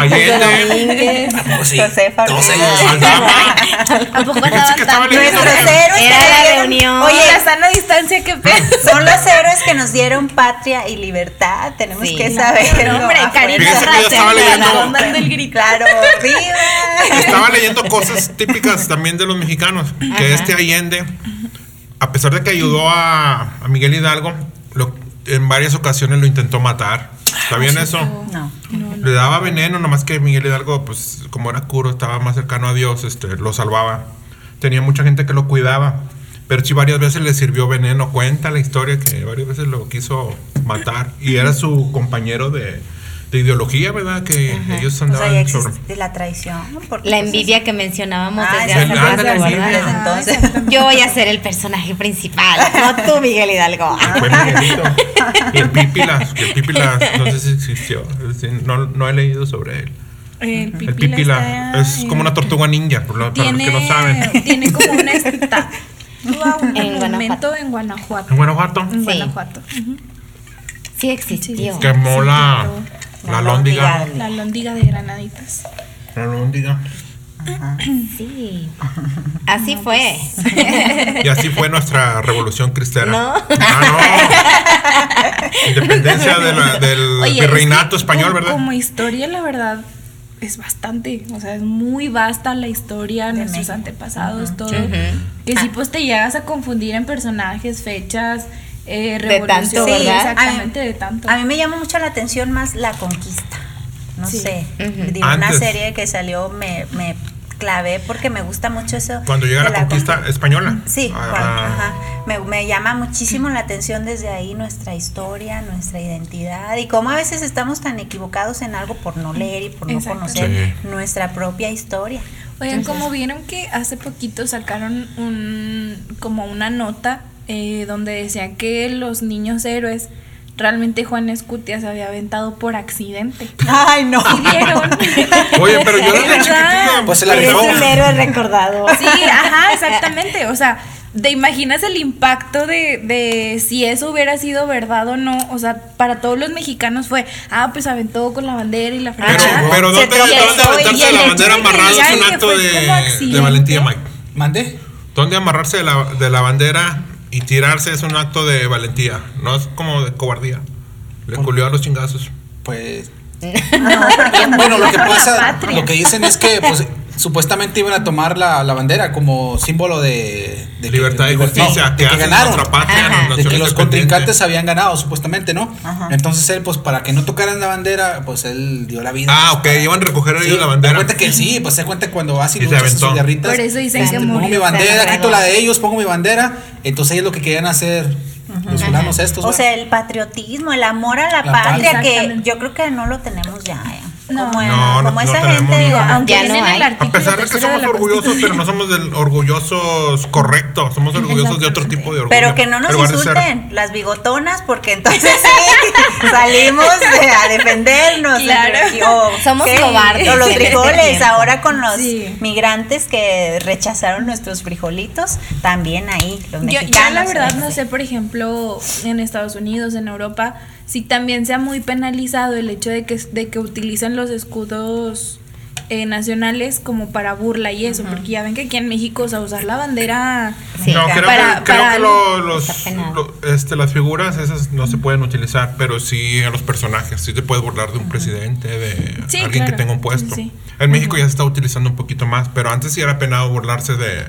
Speaker 2: Ayer.
Speaker 6: Domínguez.
Speaker 5: Pues sí,
Speaker 4: Josefa
Speaker 5: todos
Speaker 4: Ortega.
Speaker 5: ellos.
Speaker 2: Aldama.
Speaker 3: ¿A poco
Speaker 2: Fíjense
Speaker 3: andaban
Speaker 2: que estaba
Speaker 3: tan-
Speaker 2: leyendo-
Speaker 4: Nuestros héroes.
Speaker 6: Era
Speaker 4: que
Speaker 6: la
Speaker 4: dieron-
Speaker 6: reunión.
Speaker 4: Oye,
Speaker 3: Oye, la sana distancia, qué pedo.
Speaker 4: son los héroes que nos dieron patria y libertad. Tenemos
Speaker 6: Sí.
Speaker 4: que saberlo.
Speaker 3: No, hombre,
Speaker 4: a
Speaker 3: Carita
Speaker 2: Fíjense que yo estaba
Speaker 3: Racer,
Speaker 2: leyendo-
Speaker 3: la onda del grito.
Speaker 4: Claro, viva.
Speaker 2: Estaba leyendo cosas típicas también de los mexicanos. Que
Speaker 6: Ajá.
Speaker 2: este Allende, a pesar de que ayudó a, a Miguel Hidalgo, lo- en varias ocasiones lo intentó matar. ¿Está bien
Speaker 4: Ah,
Speaker 2: eso?
Speaker 4: No.
Speaker 2: Le daba veneno, nomás que Miguel Hidalgo, pues como era curo, estaba más cercano a Dios, este, lo salvaba. Tenía mucha gente que lo cuidaba. Pero sí varias veces le sirvió veneno. Cuenta la historia que varias veces lo quiso matar. Y era su compañero de, de ideología, ¿verdad? Que ellos
Speaker 4: O sea,
Speaker 2: andaban
Speaker 4: ya
Speaker 2: sobre...
Speaker 4: existe la traición. porque,
Speaker 6: La
Speaker 4: pues,
Speaker 6: envidia que mencionábamos
Speaker 4: Ah,
Speaker 6: desde
Speaker 4: sí,
Speaker 6: hace
Speaker 2: ándale,
Speaker 6: rato,
Speaker 2: sí,
Speaker 6: ¿verdad?
Speaker 4: Entonces-
Speaker 6: Yo voy a ser el personaje principal, no tú, Miguel Hidalgo.
Speaker 2: Fue Miguelito. Y el Pipilas, que el Pipilas no sé si existió. es decir, No, no he leído sobre él.
Speaker 3: El
Speaker 2: el
Speaker 3: pipila,
Speaker 2: Pipila
Speaker 3: está-
Speaker 2: es como una tortuga ninja, por lo- para los
Speaker 3: tiene,
Speaker 2: que no saben.
Speaker 3: tiene como una estatua, un
Speaker 6: En
Speaker 3: monumento en Guanajuato.
Speaker 2: En Guanajuato,
Speaker 3: En
Speaker 6: Sí.
Speaker 3: Guanajuato. Ujú.
Speaker 6: Sí existió.
Speaker 2: quemó la, la lóndiga.
Speaker 4: lóndiga.
Speaker 3: La alhóndiga de granaditas.
Speaker 2: La lóndiga.
Speaker 6: Sí. Así fue.
Speaker 2: Y así fue nuestra revolución cristera.
Speaker 6: No.
Speaker 2: Ah, no. Independencia de la- del
Speaker 3: Oye,
Speaker 2: virreinato
Speaker 3: es que
Speaker 2: español,
Speaker 3: como-
Speaker 2: ¿verdad?
Speaker 3: Como historia, la verdad, es bastante. O sea, es muy vasta la historia, nuestros
Speaker 4: México.
Speaker 3: antepasados, todo.
Speaker 6: Ujú.
Speaker 3: Que sí, pues te llegas a confundir en personajes, fechas, eh,
Speaker 6: De tanto,
Speaker 3: revoluciones.
Speaker 6: ¿verdad? Ah,
Speaker 3: exactamente, de tanto.
Speaker 4: A mí me llama mucho la atención más la conquista. no
Speaker 3: Sí.
Speaker 4: sé.
Speaker 6: Ujú.
Speaker 4: Digo, una
Speaker 2: Antes.
Speaker 4: serie que salió me, me clavé porque me gusta mucho eso.
Speaker 2: Cuando llega
Speaker 4: de
Speaker 2: la conquista
Speaker 4: conqui-
Speaker 2: española.
Speaker 4: Sí,
Speaker 2: Ah,
Speaker 4: cuando- ajá. Me, me llama muchísimo la atención desde ahí nuestra historia, nuestra identidad y cómo a veces estamos tan equivocados en algo por no leer y por no
Speaker 3: Exacto.
Speaker 4: conocer
Speaker 2: Sí.
Speaker 4: nuestra propia historia.
Speaker 3: Oigan, como vieron que hace poquito sacaron un como una nota eh, donde decía que los niños héroes realmente Juan Escutia se había aventado por accidente.
Speaker 4: Ay, no.
Speaker 3: ¿Sí vieron?
Speaker 2: Oye, pero yo
Speaker 3: Es
Speaker 2: desde
Speaker 3: verdad.
Speaker 2: chiquitito.
Speaker 5: Pues se la
Speaker 6: Eres
Speaker 5: rifó.
Speaker 6: un héroe recordado.
Speaker 3: Sí, ajá, exactamente. O sea, ¿te imaginas el impacto de, de si eso hubiera sido verdad o no? O sea, para todos los mexicanos fue, ah, pues aventó con la bandera y la
Speaker 2: Pero,
Speaker 3: franja.
Speaker 2: pero
Speaker 6: Se
Speaker 2: ¿dónde, dónde
Speaker 6: tropezó y
Speaker 2: aventarse de
Speaker 6: el
Speaker 2: la
Speaker 6: hecho
Speaker 2: bandera
Speaker 3: de que
Speaker 2: amarrada es
Speaker 3: digan
Speaker 2: un
Speaker 3: que
Speaker 2: acto
Speaker 3: fue como
Speaker 2: de,
Speaker 3: accidente.
Speaker 2: de valentía, Mike?
Speaker 5: ¿Mandé?
Speaker 2: ¿Dónde amarrarse de la, de la bandera y tirarse es un acto de valentía? No es como de cobardía. Le culió a los chingazos.
Speaker 5: Pues.
Speaker 4: porque-
Speaker 5: Bueno, lo que
Speaker 4: por la
Speaker 5: pasa,
Speaker 4: patria.
Speaker 5: lo que dicen es que pues, supuestamente iban a tomar la, la bandera como símbolo de, de que-
Speaker 2: Libertad y
Speaker 5: de- no,
Speaker 2: justicia.
Speaker 5: de
Speaker 2: que
Speaker 5: que
Speaker 2: hacen
Speaker 5: ganaron.
Speaker 2: nuestra patria,
Speaker 6: Ajá.
Speaker 2: nuestra nación
Speaker 5: de que los
Speaker 2: independiente.
Speaker 5: contrincantes habían ganado, supuestamente, ¿no?
Speaker 4: Ajá.
Speaker 5: Entonces él, pues para que no tocaran la bandera, pues él dio la vida.
Speaker 2: Ah, ok, iban a recoger
Speaker 5: Sí,
Speaker 2: ellos la
Speaker 5: da
Speaker 2: bandera.
Speaker 5: cuenta que sí, pues se cuenta cuando vas y,
Speaker 2: Y se
Speaker 5: luchas
Speaker 2: aventó.
Speaker 5: sus guerritas.
Speaker 3: Por eso dicen que
Speaker 5: este, Pongo
Speaker 3: murió.
Speaker 5: mi bandera,
Speaker 6: Se
Speaker 5: quito la de ellos, pongo mi bandera. Entonces ellos lo que querían hacer, los fulanos estos.
Speaker 4: O
Speaker 5: ¿va?
Speaker 4: sea, el patriotismo, el amor a la,
Speaker 5: La
Speaker 4: patria,
Speaker 3: patria.
Speaker 4: que
Speaker 3: Exactamente.
Speaker 4: yo creo que no lo tenemos ya. ¿eh?
Speaker 3: No.
Speaker 4: Como,
Speaker 2: No, no-
Speaker 4: como
Speaker 2: no
Speaker 4: esa
Speaker 2: tenemos,
Speaker 4: gente,
Speaker 2: no
Speaker 4: digo,
Speaker 2: tenemos.
Speaker 3: Aunque
Speaker 6: Ya
Speaker 3: viene
Speaker 6: no
Speaker 3: en
Speaker 6: hay.
Speaker 3: el
Speaker 6: A
Speaker 2: A
Speaker 3: artículo
Speaker 2: pesar de que
Speaker 3: tercero
Speaker 2: somos
Speaker 3: la
Speaker 2: orgullosos,
Speaker 3: Constitución.
Speaker 2: pero no somos del orgullosos correctos. Somos orgullosos de otro tipo de orgullo.
Speaker 4: Pero que no nos
Speaker 2: en lugar de ser-
Speaker 4: insulten las bigotonas, porque entonces sí, salimos de- a defendernos.
Speaker 3: Claro.
Speaker 4: O,
Speaker 6: Somos
Speaker 4: ¿qué?
Speaker 6: cobardes
Speaker 4: O los
Speaker 6: en este
Speaker 4: frijoles,
Speaker 6: tiempo.
Speaker 4: ahora con los
Speaker 3: Sí.
Speaker 4: migrantes que rechazaron nuestros frijolitos, también ahí, los
Speaker 3: Yo,
Speaker 4: mexicanos.
Speaker 3: yo la verdad
Speaker 2: ¿eh?
Speaker 3: no
Speaker 4: este.
Speaker 3: sé, por ejemplo, en Estados Unidos, en Europa, si también sea muy penalizado el hecho de que, de que utilicen los escudos eh, nacionales como para burla y eso, porque ya ven que aquí en México, o sea, usar la bandera...
Speaker 6: Sí,
Speaker 2: no,
Speaker 6: claro.
Speaker 2: creo
Speaker 3: Para-
Speaker 2: que, creo
Speaker 3: para
Speaker 2: que
Speaker 3: algo
Speaker 2: lo- los,
Speaker 6: está penado.
Speaker 2: lo- este, las figuras esas no se pueden utilizar, pero sí a los personajes. Sí te puedes burlar de un presidente, de
Speaker 3: Sí,
Speaker 2: alguien que
Speaker 3: claro.
Speaker 2: tenga un puesto.
Speaker 3: Sí, sí.
Speaker 2: En México ya se está utilizando un poquito más, pero antes sí era penado burlarse de...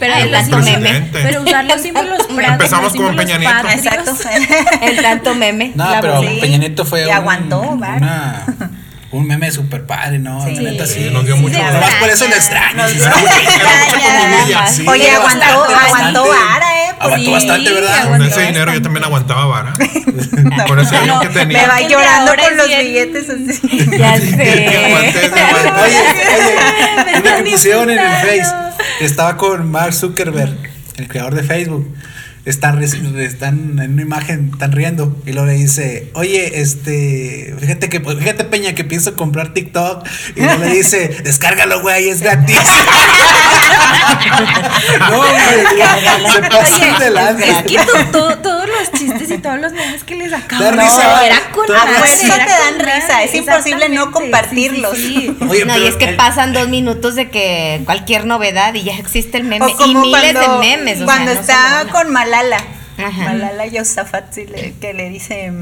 Speaker 3: Pero,
Speaker 6: Ah, el
Speaker 3: los
Speaker 6: tanto
Speaker 3: símbolos-
Speaker 2: meme.
Speaker 3: pero usar los símbolos pra-
Speaker 2: Empezamos
Speaker 3: los
Speaker 2: como
Speaker 3: símbolos
Speaker 2: Peña Nieto.
Speaker 3: patrios.
Speaker 4: Ah, Exacto.
Speaker 6: El tanto meme.
Speaker 5: No,
Speaker 6: la
Speaker 5: pero
Speaker 6: burla.
Speaker 4: sí.
Speaker 5: Peña Nieto fue
Speaker 4: Y
Speaker 5: un,
Speaker 4: aguantó, ¿verdad?
Speaker 5: una- un meme super padre, ¿no?
Speaker 4: Sí.
Speaker 5: La neta sí.
Speaker 2: Sí, nos dio mucho
Speaker 5: Sí,
Speaker 2: dolor.
Speaker 5: Nomás por eso lo extraño.
Speaker 4: Nos
Speaker 5: sí,
Speaker 4: dio-
Speaker 5: era mucho-
Speaker 2: era mucha comidilla, sí.
Speaker 4: Oye, aguantó,
Speaker 5: bastante.
Speaker 4: aguantó vara, ¿eh?
Speaker 5: Aguantó
Speaker 4: Sí,
Speaker 5: bastante, ¿verdad?
Speaker 2: Con
Speaker 4: aguantó
Speaker 2: ese dinero yo
Speaker 4: bastante.
Speaker 2: también aguantaba vara. Con ese dinero que
Speaker 4: Me
Speaker 2: tenía.
Speaker 4: va
Speaker 3: El de
Speaker 4: llorando
Speaker 3: ahora
Speaker 4: con
Speaker 3: es
Speaker 4: los
Speaker 3: bien-
Speaker 4: billetes así.
Speaker 6: Ya
Speaker 2: Que aguanté
Speaker 6: sé.
Speaker 2: esa vara.
Speaker 5: Oye, oye,
Speaker 3: están
Speaker 5: una que pusieron en el Face
Speaker 3: insultando.
Speaker 5: que estaba con Mark Zuckerberg, el creador de Facebook. Están, re- están en una imagen, están riendo. Y luego le dice, oye, este, fíjate que, fíjate Peña, que pienso comprar TikTok. Y luego le dice, descárgalo, güey, es gratis. no, güey, se pasan de lanza.
Speaker 3: Es que to- to- todos los chistes y todos los memes que les
Speaker 5: Da
Speaker 3: acaban
Speaker 5: risa, ¿verdad?
Speaker 3: era con
Speaker 5: Da
Speaker 3: madre,
Speaker 5: risa.
Speaker 3: era
Speaker 4: Te dan
Speaker 3: con
Speaker 4: risa,
Speaker 3: madre,
Speaker 4: es imposible no
Speaker 3: exactamente,
Speaker 4: compartirlos.
Speaker 5: Oye,
Speaker 6: no, y
Speaker 5: pero
Speaker 6: es que
Speaker 5: el-
Speaker 6: pasan dos minutos de que cualquier novedad y ya existe el meme.
Speaker 4: O
Speaker 6: Y
Speaker 4: como
Speaker 6: miles
Speaker 4: cuando-
Speaker 6: de memes. o
Speaker 4: Cuando
Speaker 6: sea, no
Speaker 4: está
Speaker 6: solo uno.
Speaker 4: con Malala.
Speaker 6: Ajá.
Speaker 4: Malala Yosafat sí le- que le dice.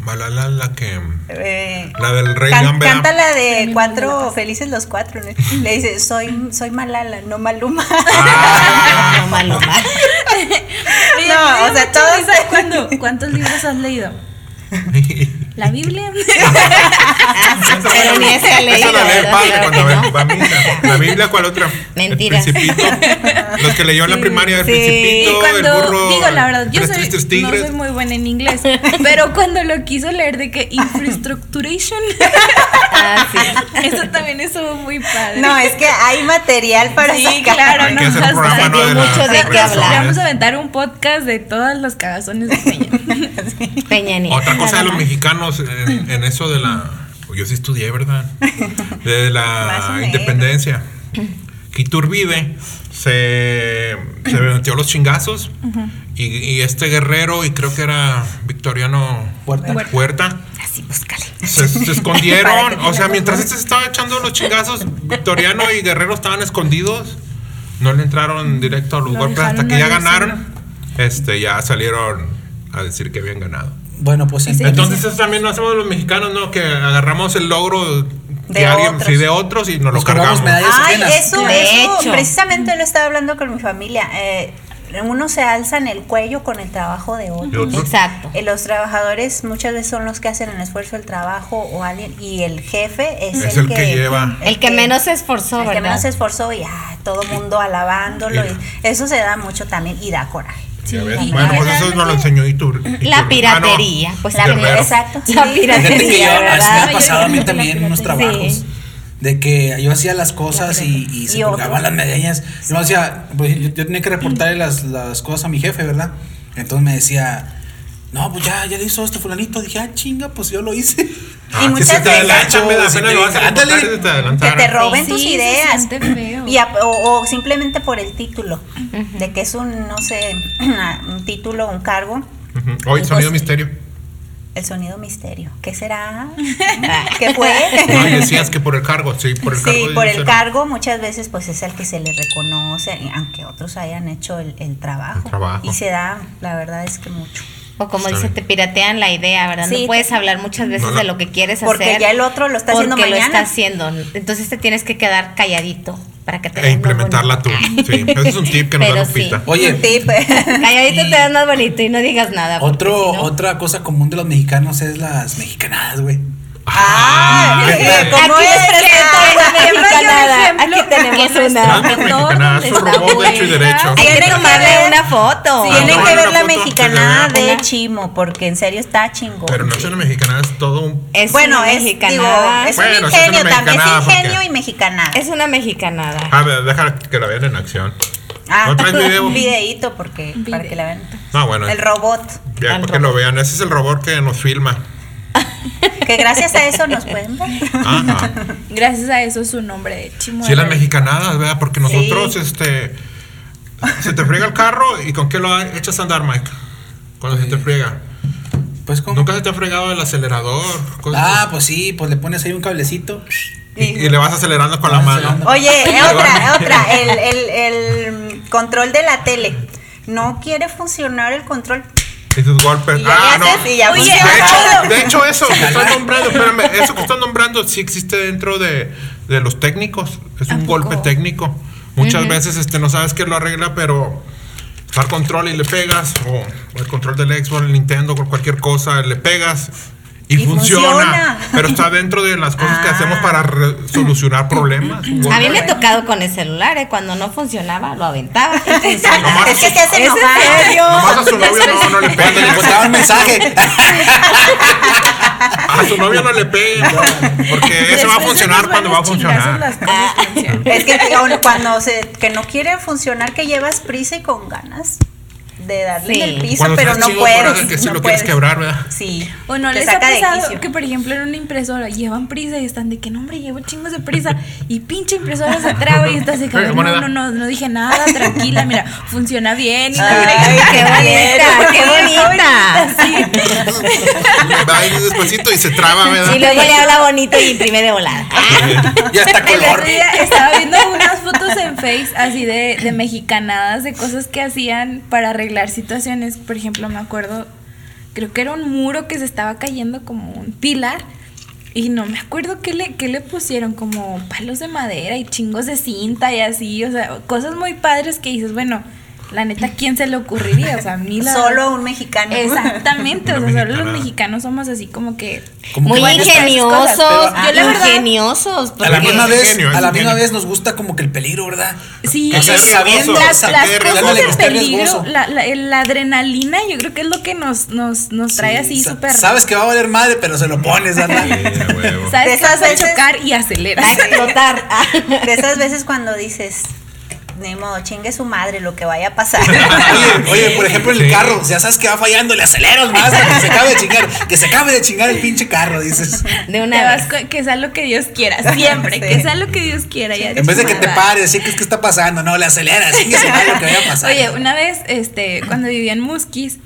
Speaker 2: Malala, la que...
Speaker 4: eh,
Speaker 2: La del rey
Speaker 4: can-
Speaker 2: Gambera.
Speaker 4: canta la de
Speaker 3: Premio
Speaker 4: cuatro
Speaker 3: Malala.
Speaker 4: felices los cuatro. ¿no? Le dice, soy, soy Malala, no Maluma.
Speaker 2: Ah.
Speaker 6: No, malo, malo.
Speaker 4: No, o sea, todos-
Speaker 3: ¿Cuándo, ¿Cuántos libros has leído? La Biblia.
Speaker 6: Ah, Pero ni ese ha leído,
Speaker 2: Esa la lee el
Speaker 6: ¿verdad?
Speaker 2: padre
Speaker 6: Claro
Speaker 2: cuando
Speaker 6: que
Speaker 2: va- va a misa. La Biblia, ¿cuál otra?
Speaker 6: Mentira.
Speaker 2: El Principito. Los que leyó en la primaria, el
Speaker 6: sí.
Speaker 3: Y
Speaker 2: Principito, el
Speaker 3: cuando,
Speaker 2: burro.
Speaker 3: digo la verdad, yo
Speaker 2: Tres
Speaker 3: soy,
Speaker 2: tristes
Speaker 3: no
Speaker 2: tigres.
Speaker 3: soy muy buena en inglés, pero cuando lo quiso leer de que infrastructuration,
Speaker 6: Ah, sí.
Speaker 3: eso también estuvo muy padre.
Speaker 4: No, es que hay material para
Speaker 3: Sí,
Speaker 4: sacar.
Speaker 3: claro,
Speaker 2: Hay que
Speaker 3: no,
Speaker 2: hacer
Speaker 3: o
Speaker 2: un
Speaker 3: sea,
Speaker 2: programa, ¿no?
Speaker 6: dio
Speaker 2: De la-
Speaker 6: mucho de qué
Speaker 2: las
Speaker 6: hablar.
Speaker 3: Vamos a
Speaker 2: razones.
Speaker 3: aventar un podcast de todas las cagazones de Peña.
Speaker 6: Peña Nieto.
Speaker 2: Otra cosa de los mexicanos en, en eso de la. Yo sí estudié, ¿verdad? De
Speaker 4: Más o
Speaker 2: la
Speaker 4: menos.
Speaker 2: independencia. Que Iturbide se, se metió los chingazos. y, y este guerrero, y creo que era Victoriano
Speaker 5: Huerta.
Speaker 2: Huerta,
Speaker 6: Así, búscale.
Speaker 2: se, se
Speaker 4: Para que
Speaker 2: escondieron. O sea,
Speaker 4: tenga
Speaker 2: mientras este se estaba echando los chingazos, Victoriano y Guerrero estaban escondidos. No le entraron directo a los
Speaker 3: Lo
Speaker 2: golpes hasta
Speaker 3: dejaron
Speaker 2: que ya
Speaker 3: ahí,
Speaker 2: ganaron. Este, ya salieron a decir que habían ganado.
Speaker 5: Bueno, pues
Speaker 2: Entonces eso también lo hacemos los mexicanos, ¿no? Que agarramos el logro de,
Speaker 4: De
Speaker 2: alguien,
Speaker 4: otros.
Speaker 2: sí, de otros y nos lo
Speaker 5: Nos colgamos
Speaker 2: cargamos.
Speaker 5: medallas.
Speaker 4: Ay,
Speaker 5: apenas.
Speaker 4: eso,
Speaker 6: De
Speaker 4: eso,
Speaker 6: hecho.
Speaker 4: precisamente lo estaba hablando con mi familia. eh, unos se alzan el cuello con el trabajo de
Speaker 2: Y
Speaker 4: otros.
Speaker 2: otros-
Speaker 6: Exacto.
Speaker 4: Eh, Los trabajadores muchas veces son los que hacen el esfuerzo, el trabajo o alguien, y el jefe es,
Speaker 2: Es el que lleva.
Speaker 6: El que menos se esforzó,
Speaker 4: el que
Speaker 6: ¿verdad?
Speaker 4: menos se esforzó y ah, todo mundo alabándolo.
Speaker 2: Mira.
Speaker 4: y eso se da mucho también y da coraje.
Speaker 2: Ya ves.
Speaker 4: y-
Speaker 2: Bueno, pues eso nos lo enseñó Ah, y tú.
Speaker 6: La piratería, pues
Speaker 4: La
Speaker 6: Guerrero.
Speaker 4: primera- exacto.
Speaker 6: La
Speaker 4: sí.
Speaker 5: Fíjate que
Speaker 6: piratería,
Speaker 5: yo, así me
Speaker 6: ¿verdad?
Speaker 5: ha pasado a mí
Speaker 3: Yo creo que
Speaker 5: también en
Speaker 3: la
Speaker 5: unos
Speaker 3: piratería.
Speaker 5: trabajos.
Speaker 6: Sí.
Speaker 5: De que yo hacía las cosas y, y se
Speaker 4: Y
Speaker 5: colgaban
Speaker 4: otros.
Speaker 5: las medallas. Yo, hacía, pues, yo, yo tenía que reportarle las, las cosas a mi jefe, ¿verdad? Entonces me decía, no, pues ya, ya le hizo este fulanito. Dije, ah, chinga, pues yo lo hice.
Speaker 2: Ah,
Speaker 4: y
Speaker 2: que
Speaker 4: muchas
Speaker 2: si te
Speaker 4: veces-
Speaker 2: adelantan, me da pena, lo vas a
Speaker 5: Ándale.
Speaker 2: reportar y te
Speaker 4: Que te
Speaker 2: adelantaron.
Speaker 4: roben
Speaker 3: Sí,
Speaker 4: tus
Speaker 3: se
Speaker 4: ideas.
Speaker 3: siente feo.
Speaker 4: Y a- o, o simplemente por el título, de que es un, no sé, un título, un cargo,
Speaker 2: Ujú. Hoy, sonido
Speaker 4: pues,
Speaker 2: misterio.
Speaker 4: el sonido misterio. ¿Qué será? ¿Qué fue?
Speaker 2: No, y decías que por el cargo, sí, por el cargo.
Speaker 4: sí,
Speaker 2: de
Speaker 4: por el
Speaker 2: cero.
Speaker 4: cargo muchas veces pues es el que se le reconoce, aunque otros hayan hecho el, el trabajo.
Speaker 2: El trabajo.
Speaker 4: Y se da, la verdad es que mucho.
Speaker 6: O como
Speaker 2: Está
Speaker 6: dice,
Speaker 2: bien.
Speaker 6: te piratean la idea, ¿verdad?
Speaker 4: Sí.
Speaker 6: No puedes hablar muchas veces
Speaker 2: No, no.
Speaker 6: de lo que quieres
Speaker 4: Porque
Speaker 6: hacer.
Speaker 4: ya el otro lo está haciendo
Speaker 6: porque lo
Speaker 4: mañana.
Speaker 6: está haciendo. Entonces te tienes que quedar calladito para que te
Speaker 2: E
Speaker 6: veas más
Speaker 2: implementarla tú.
Speaker 6: bonito.
Speaker 2: Sí, ese es un tip que nos da
Speaker 6: Pero sí.
Speaker 2: Lupita.
Speaker 5: Oye,
Speaker 4: Un tip.
Speaker 6: Calladito
Speaker 5: Y-
Speaker 6: te das más bonito y no digas nada. porque
Speaker 5: otro,
Speaker 6: si no-
Speaker 5: otra cosa común de los mexicanos es las mexicanadas, güey.
Speaker 4: Ah,
Speaker 2: Ah,
Speaker 4: eh,
Speaker 6: Aquí
Speaker 4: ¿cómo es?
Speaker 6: les presento
Speaker 4: Presenta una
Speaker 6: una mexicanada.
Speaker 3: ejemplo
Speaker 6: Aquí tenemos
Speaker 3: que nuestro
Speaker 6: una.
Speaker 2: Ah,
Speaker 3: alrededor,
Speaker 2: mexicanada,
Speaker 3: donde
Speaker 2: su
Speaker 3: está
Speaker 2: robot de hecho y
Speaker 3: buena.
Speaker 2: derecho.
Speaker 4: Ay,
Speaker 6: Hay que
Speaker 4: Tienen que
Speaker 6: tomarle
Speaker 4: ver-
Speaker 6: una foto.
Speaker 2: Sí.
Speaker 4: Tienen
Speaker 2: no,
Speaker 4: que
Speaker 2: no,
Speaker 4: ver
Speaker 2: no,
Speaker 4: la
Speaker 2: no,
Speaker 4: mexicanada
Speaker 2: no, no,
Speaker 4: de
Speaker 6: no.
Speaker 4: Chimo, porque en serio está chingón.
Speaker 2: Pero no es una mexicana, es todo un.
Speaker 6: Es
Speaker 4: bueno,
Speaker 6: una
Speaker 4: es,
Speaker 6: mexicanada.
Speaker 4: digo, es
Speaker 2: Bueno,
Speaker 4: un
Speaker 2: sí es una
Speaker 4: ingenio también, es
Speaker 2: mexicanada, porque-
Speaker 4: ingenio y mexicanada.
Speaker 6: es una mexicanada.
Speaker 2: A ver, deja que la vean en acción.
Speaker 4: Ah,
Speaker 2: ¿No traes video?
Speaker 4: un videíto porque para
Speaker 3: Video.
Speaker 4: que la vean.
Speaker 2: Ah, bueno.
Speaker 4: El robot,
Speaker 2: Ya,
Speaker 6: Al
Speaker 2: porque
Speaker 6: robot.
Speaker 2: lo vean. Ese es el robot que nos filma.
Speaker 4: que gracias a eso nos pueden ver.
Speaker 2: Ajá.
Speaker 3: Gracias a eso su nombre, Chimo.
Speaker 2: Sí, las
Speaker 3: Herrera.
Speaker 2: mexicanadas, ¿verdad? Porque nosotros,
Speaker 4: Sí.
Speaker 2: este. Se te friega el carro y con qué lo ha- echas a andar, Mike. Cuando se te friega.
Speaker 5: Pues como.
Speaker 2: Nunca se te ha fregado el acelerador. Cosas
Speaker 5: Ah, pues sí, pues le pones ahí un cablecito.
Speaker 2: y, y le vas acelerando con la
Speaker 5: Vas
Speaker 2: mano.
Speaker 5: acelerando.
Speaker 4: Oye, eh, otra, otra, el, el- el control de la tele. No quiere funcionar el control.
Speaker 2: Y sus golpes.
Speaker 4: Y ya
Speaker 2: ah,
Speaker 4: le
Speaker 2: no.
Speaker 4: haces y ya
Speaker 2: de,
Speaker 4: funciona.
Speaker 2: hecho, de hecho, eso que están nombrando, espérame, eso que están nombrando sí existe dentro de, de los técnicos. Es un golpe técnico. Muchas veces este, no sabes quién lo arregla, pero está al control y le pegas, o, o el control del Xbox, el Nintendo, con cualquier cosa, le pegas. Y,
Speaker 4: Y
Speaker 2: funciona,
Speaker 4: funciona.
Speaker 2: Pero está dentro de las cosas que
Speaker 4: Ah.
Speaker 2: hacemos para re- solucionar problemas. Un
Speaker 6: A mí
Speaker 2: golpe.
Speaker 6: me ha tocado con el celular, ¿eh? cuando no funcionaba, lo aventaba.
Speaker 2: Nomás-
Speaker 4: es que te hace
Speaker 6: ¿Es en
Speaker 4: enojar.
Speaker 6: serio?
Speaker 2: Nomás a su novio no, no le
Speaker 5: Cuando le
Speaker 2: peguen.
Speaker 5: botaba un mensaje.
Speaker 2: A Ah, su novio no le peguen. Porque eso va a
Speaker 3: Después de pues,
Speaker 2: funcionar
Speaker 3: unos
Speaker 2: cuando va a
Speaker 3: buenos chingazos,
Speaker 2: funcionar.
Speaker 3: las cosas funcionan.
Speaker 4: Es que tío, cuando se, que no quiere funcionar, que llevas prisa y con ganas de darle
Speaker 6: Sí.
Speaker 4: en el piso,
Speaker 2: Cuando
Speaker 4: pero
Speaker 2: estás
Speaker 4: no
Speaker 2: chido,
Speaker 4: puedes.
Speaker 2: coraje, que si
Speaker 4: no
Speaker 2: lo quieres
Speaker 4: puedes.
Speaker 2: quebrar, ¿verdad?
Speaker 4: Sí.
Speaker 3: O no
Speaker 4: te
Speaker 3: les ha
Speaker 4: saca de
Speaker 3: pasado
Speaker 4: quicio.
Speaker 3: que, por ejemplo, en una impresora llevan prisa y están de que, no, hombre, llevo chingos de prisa y pinche impresora se traba y estás de que,
Speaker 2: Eh,
Speaker 3: no,
Speaker 2: moneda.
Speaker 3: no, no, no dije nada, tranquila, mira, funciona bien. Y
Speaker 6: Ay, qué bonita, qué bonita.
Speaker 2: Va ir despacito y se traba, ¿verdad?
Speaker 6: Y luego le habla bonito y imprime de volada.
Speaker 2: Ah,
Speaker 5: y hasta
Speaker 3: El
Speaker 5: color.
Speaker 3: otro día estaba viendo unas fotos en Face así de, de mexicanadas, de cosas que hacían para arreglar situaciones. Por ejemplo, me acuerdo, creo que era un muro que se estaba cayendo como un pilar. Y no me acuerdo qué le, qué le pusieron, como palos de madera y chingos de cinta y así. O sea, cosas muy padres que dices, bueno, la neta, ¿quién se le ocurriría? O sea, a mí la
Speaker 4: Solo a un mexicano.
Speaker 3: Exactamente, o
Speaker 2: Una
Speaker 3: sea, solo los
Speaker 2: mexicanada.
Speaker 3: mexicanos somos así como que
Speaker 5: Como
Speaker 6: Muy
Speaker 5: que-
Speaker 3: Bueno, estas
Speaker 6: ingeniosos,
Speaker 3: cosas, pero- Yo la verdad-
Speaker 6: ingeniosos.
Speaker 5: ah, a la
Speaker 6: porque-
Speaker 5: misma vez,
Speaker 2: ingenio, es
Speaker 5: a la misma
Speaker 2: ingenio.
Speaker 5: vez nos gusta como que el peligro, ¿verdad?
Speaker 3: Sí,
Speaker 5: O sea,
Speaker 3: es-
Speaker 5: sabiendo,
Speaker 3: las,
Speaker 5: saber,
Speaker 2: dándole
Speaker 3: las cosas en
Speaker 5: gusto al
Speaker 3: peligro,
Speaker 5: riesgoso.
Speaker 3: la, la- el- la adrenalina, yo creo que es lo que nos, nos, nos trae
Speaker 5: Sí,
Speaker 3: así
Speaker 5: sa-
Speaker 3: súper.
Speaker 5: Sabes que va a valer madre, pero se lo pones, ¿verdad?
Speaker 2: Sí, a huevo.
Speaker 3: sabes
Speaker 4: De
Speaker 3: que vas
Speaker 4: esas
Speaker 3: a
Speaker 4: veces-
Speaker 3: chocar y aceleras.
Speaker 6: A explotar.
Speaker 4: De esas veces cuando dices, ni modo, chingue su madre lo que vaya a pasar.
Speaker 5: Oye, oye, por ejemplo, en el
Speaker 2: Sí.
Speaker 5: carro, ya sabes que va fallando, le aceleras más para que se acabe de chingar, que se acabe de chingar el pinche carro, dices.
Speaker 6: De
Speaker 3: Te
Speaker 6: una
Speaker 3: vas
Speaker 6: vez.
Speaker 3: co- que sea lo que Dios quiera, siempre,
Speaker 4: Sí.
Speaker 3: que sea lo que Dios quiera. ya
Speaker 5: En vez de que te
Speaker 3: chingada.
Speaker 5: pares, sí que es que está pasando, no, le aceleras, sí que se acabe lo que vaya a pasar.
Speaker 3: Oye, una vez, este, cuando vivía en Musquis,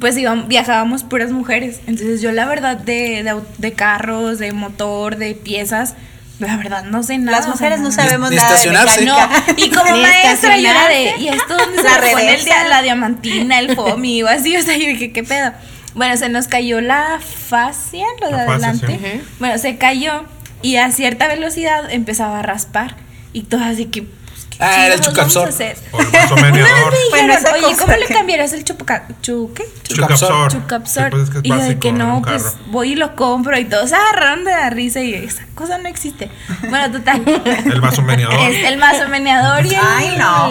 Speaker 3: pues íbamos- viajábamos puras mujeres. Entonces yo la verdad de, de, au- de carros, de motor, de piezas, la verdad no sé nada.
Speaker 4: Las
Speaker 3: o sea,
Speaker 4: mujeres no
Speaker 3: nada.
Speaker 4: sabemos
Speaker 5: Ni
Speaker 4: nada de
Speaker 5: estacionarse.
Speaker 3: No,
Speaker 4: mecánica.
Speaker 3: y como
Speaker 6: Ni
Speaker 3: maestra yo era de,
Speaker 6: estacionarse.
Speaker 3: ¿y esto dónde se
Speaker 4: La
Speaker 3: la pone el
Speaker 4: reversa.
Speaker 3: día? La diamantina, el foamy o así? O sea, yo dije, ¿qué pedo? Bueno, se nos cayó la fascia, lo de
Speaker 2: La fascia,
Speaker 3: adelante.
Speaker 2: sí.
Speaker 6: Ujú.
Speaker 3: Bueno, se cayó y a cierta velocidad empezaba a raspar. Y todas así que, pues, ¿qué
Speaker 5: Ah,
Speaker 3: Sí,
Speaker 5: era el
Speaker 3: los vamos a
Speaker 5: chucazor.
Speaker 3: hacer.
Speaker 2: O el vaso
Speaker 3: Una vez
Speaker 2: mediador.
Speaker 3: me
Speaker 4: Bueno,
Speaker 3: dijeron,
Speaker 4: esa
Speaker 3: oye,
Speaker 4: cosa
Speaker 3: ¿cómo le
Speaker 4: que-
Speaker 3: cambiaras el chupaca, chu, qué?
Speaker 2: Chucapsor.
Speaker 3: Chucapsor.
Speaker 2: Sí, pues es que es
Speaker 3: y yo de
Speaker 2: básico
Speaker 3: que
Speaker 2: en
Speaker 3: no,
Speaker 2: un
Speaker 3: pues
Speaker 2: carro.
Speaker 3: voy y lo compro y todos agarraron de la risa y esa cosa no existe. Bueno, total.
Speaker 2: El vaso meneador.
Speaker 3: Es el mazo meneador y el.
Speaker 4: Ay, no.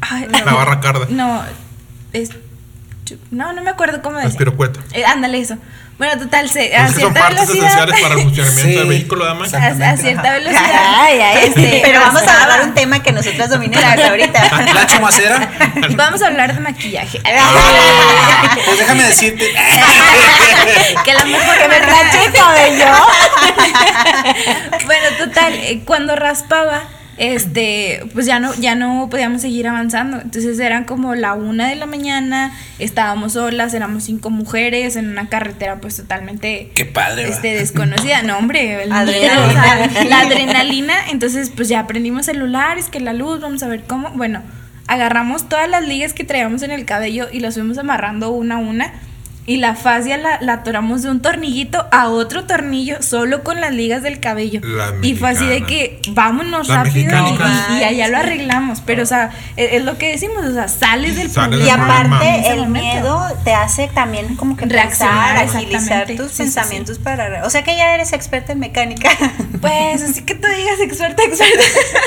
Speaker 3: ay,
Speaker 2: La barra carda.
Speaker 3: No, es. chu- No, no me acuerdo cómo
Speaker 2: Es
Speaker 3: decía.
Speaker 2: pirucueta.
Speaker 3: Eh, ándale, eso. Bueno, total, se, a
Speaker 2: Es que Pues, son
Speaker 3: cierta
Speaker 2: partes
Speaker 3: velocidad.
Speaker 2: esenciales para el funcionamiento
Speaker 5: Sí.
Speaker 2: del vehículo, dama.
Speaker 3: a, a cierta velocidad.
Speaker 6: Ay, ay,
Speaker 3: este,
Speaker 4: Pero vamos a
Speaker 3: pasaba.
Speaker 4: hablar un tema que nosotras dominamos ahorita.
Speaker 5: La chumacera.
Speaker 3: Vamos a hablar de maquillaje.
Speaker 2: Ah.
Speaker 5: Pues déjame decirte.
Speaker 3: que la mejor
Speaker 6: Que me
Speaker 3: marca-
Speaker 6: planché el cabello.
Speaker 3: Bueno, total, eh, cuando raspaba, este, pues ya no, ya no podíamos seguir avanzando. Entonces eran como la una de la mañana, estábamos solas, éramos cinco mujeres en una carretera pues totalmente
Speaker 5: Qué padre, va.
Speaker 3: este, desconocida. No, hombre, el miedo,
Speaker 4: Adrenalina.
Speaker 3: o sea, la adrenalina. Entonces, pues ya aprendimos celulares, que la luz, vamos a ver cómo. Bueno, agarramos todas las ligas que traíamos en el cabello y las fuimos amarrando una a una. Y la fascia la, la atoramos de un tornillito a otro tornillo solo con las ligas del cabello.
Speaker 2: La
Speaker 3: y fue así de
Speaker 2: mexicana.
Speaker 3: que vámonos
Speaker 2: La
Speaker 3: rápido
Speaker 2: mexicana.
Speaker 3: y, y allá lo arreglamos. Pero, o sea, e, es, es lo que decimos, o sea, sales del
Speaker 2: Sales del
Speaker 4: Y
Speaker 3: problema. en
Speaker 4: aparte
Speaker 3: ese
Speaker 4: el
Speaker 3: momento.
Speaker 4: miedo te hace también como que
Speaker 3: Reaccionar,
Speaker 4: pensar, agilizar
Speaker 3: exactamente.
Speaker 4: tus
Speaker 3: Sí, sí,
Speaker 4: pensamientos para... O sea que ya eres experta en mecánica.
Speaker 3: Pues así que tú digas experta, experta.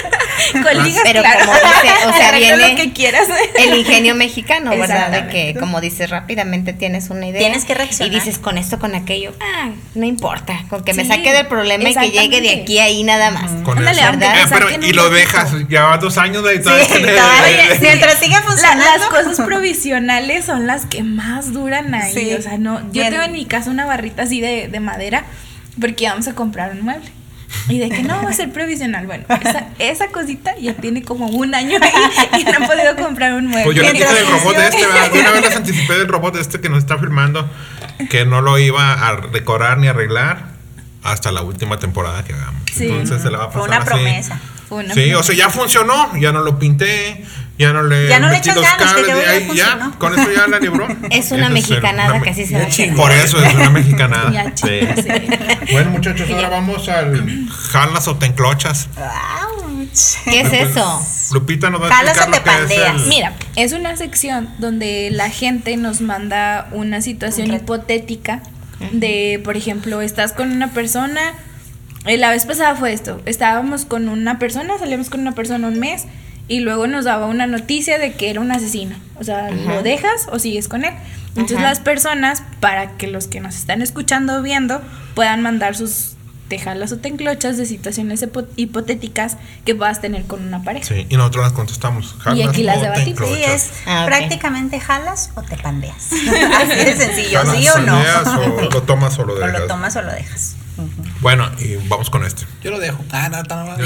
Speaker 3: Con ligas,
Speaker 6: Pero
Speaker 3: claro.
Speaker 6: como dice, o sea,
Speaker 3: Arregla
Speaker 6: viene-
Speaker 3: lo que quieras.
Speaker 6: El ingenio mexicano, ¿verdad? De
Speaker 3: Exactamente.
Speaker 6: que, como dices, rápidamente tienes una idea.
Speaker 4: Tienes que reaccionar.
Speaker 6: Y dices, con esto, con aquello, ah, no importa. Con que me
Speaker 3: Sí,
Speaker 6: saque del problema y que llegue de
Speaker 3: exactamente.
Speaker 6: aquí a ahí nada más.
Speaker 2: Con
Speaker 3: Ándale,
Speaker 2: eso.
Speaker 3: aunque
Speaker 2: Eh,
Speaker 3: te
Speaker 2: pero,
Speaker 3: saquen
Speaker 2: y
Speaker 3: un
Speaker 2: lo
Speaker 3: ratito.
Speaker 2: dejas. Ya vas dos años de. todavía
Speaker 4: Sí,
Speaker 2: tiene-
Speaker 4: todavía- mientras siga
Speaker 3: La-
Speaker 4: funcionando.
Speaker 3: las cosas provisionales son las que más duran ahí.
Speaker 4: Sí.
Speaker 3: O sea, no, yo
Speaker 4: Bien.
Speaker 3: tengo en mi casa una barrita así de, de madera porque vamos a comprar un mueble. Y de que no va a ser provisional. Bueno, esa, esa cosita ya tiene como un año ahí y no he podido comprar un mueble.
Speaker 2: Pues yo le dije
Speaker 4: Mientras
Speaker 2: del robot de
Speaker 4: funcione.
Speaker 2: este, ¿verdad? Yo una vez les anticipé del robot de este que nos está filmando que no lo iba a decorar ni arreglar hasta la última temporada que hagamos.
Speaker 3: Sí.
Speaker 2: Entonces se la va a
Speaker 4: Fue
Speaker 2: pasar
Speaker 4: una
Speaker 2: así.
Speaker 4: promesa.
Speaker 3: Fue una
Speaker 2: Sí, o sea, ya funcionó, ya no lo pinté, ya no le
Speaker 4: Ya no le
Speaker 2: metí
Speaker 4: echas
Speaker 2: los
Speaker 4: ganas, que
Speaker 2: cables,
Speaker 4: luego
Speaker 2: ya,
Speaker 4: ya
Speaker 2: ahí ya,
Speaker 4: funcionó.
Speaker 2: con eso ya la libró.
Speaker 6: Es una
Speaker 2: Eso
Speaker 6: mexicanada
Speaker 2: una me-
Speaker 6: que así se va a hacer.
Speaker 2: Por eso es una mexicanada.
Speaker 3: Ya
Speaker 2: Sí.
Speaker 3: chingó, sí.
Speaker 2: Bueno, muchachos, ahora vamos al jalas o te enclochas.
Speaker 4: Ouch.
Speaker 6: ¿Qué es
Speaker 2: Pues,
Speaker 6: eso?
Speaker 2: Lupita nos va a
Speaker 4: Jalas
Speaker 2: explicar
Speaker 4: o
Speaker 2: lo
Speaker 4: te
Speaker 2: que
Speaker 4: pandeas.
Speaker 2: es el-
Speaker 3: Mira, es una sección donde la gente nos manda una situación
Speaker 4: Un reto.
Speaker 3: hipotética de, por ejemplo, estás con una persona, eh, la vez pasada fue esto, estábamos con una persona, salíamos con una persona un mes y luego nos daba una noticia de que era un asesino, o sea, lo dejas o sigues con él. Entonces
Speaker 6: Ajá.
Speaker 3: las personas, para que los que nos están escuchando o viendo puedan mandar sus tejalas o tenclochas de situaciones hipo- hipotéticas que puedas tener con una pareja.
Speaker 2: Sí, y nosotros las contestamos.
Speaker 3: Y aquí las
Speaker 2: o te
Speaker 3: debatimos.
Speaker 2: enclochas?
Speaker 4: Sí, es
Speaker 6: Ah, ok.
Speaker 4: prácticamente jalas o te pandeas. Así de sencillo,
Speaker 2: Jalas,
Speaker 4: ¿sí o no?
Speaker 2: pandeas o lo tomas o lo
Speaker 4: O lo
Speaker 2: dejas.
Speaker 4: tomas o lo dejas.
Speaker 2: Bueno, y vamos con este.
Speaker 5: Yo lo dejo. Ah, no, no, no.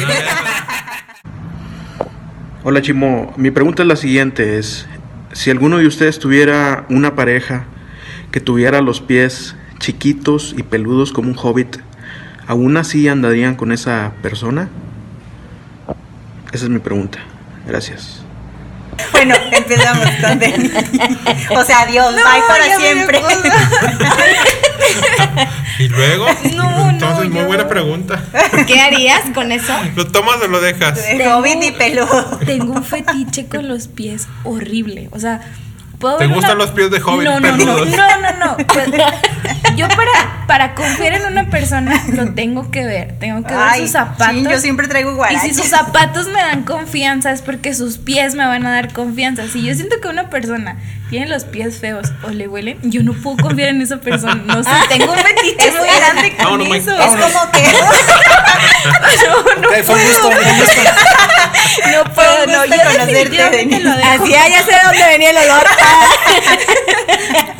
Speaker 8: Hola Chimo, mi pregunta es la siguiente, es si alguno de ustedes tuviera una pareja que tuviera los pies chiquitos y peludos como un hobbit, ¿aún así andarían con esa persona? Esa es mi pregunta. Gracias.
Speaker 4: Bueno, empezamos con Denny. O sea, adiós, bye para
Speaker 3: ya me
Speaker 4: siempre.
Speaker 3: acuerdo.
Speaker 2: y luego,
Speaker 3: No,
Speaker 2: entonces,
Speaker 3: no,
Speaker 2: muy
Speaker 3: yo-
Speaker 2: buena pregunta.
Speaker 6: ¿Qué harías con eso?
Speaker 2: ¿Lo tomas o lo dejas?
Speaker 4: De COVID y peludo.
Speaker 3: Tengo un fetiche con los pies horrible. O sea, puedo.
Speaker 2: ¿Te
Speaker 3: ver
Speaker 2: gustan los pies de hobbit
Speaker 3: No, no, no, no,
Speaker 2: peludos?
Speaker 3: no, no. Pues, yo para, para confiar en una persona lo tengo que ver. Tengo que ver sus zapatos.
Speaker 4: chin, yo siempre traigo
Speaker 3: y
Speaker 4: guaraches.
Speaker 3: si sus zapatos me dan confianza es porque sus pies me van a dar confianza. Si yo siento que una persona tiene los pies feos o le huelen, yo no puedo confiar en esa persona. No sé, Ah, tengo un fetiche muy grande con
Speaker 2: Vámonos, Mike.
Speaker 3: eso.
Speaker 4: Es como que
Speaker 5: Ok, fue un gusto, fue un gusto.
Speaker 3: No
Speaker 4: Fue
Speaker 3: puedo,
Speaker 4: un
Speaker 3: no,
Speaker 4: gusto
Speaker 3: yo
Speaker 4: conocerte,
Speaker 3: definitivamente
Speaker 4: Denise.
Speaker 3: lo dejo.
Speaker 6: Así, ah, ya sé de dónde venía el olor. Ah,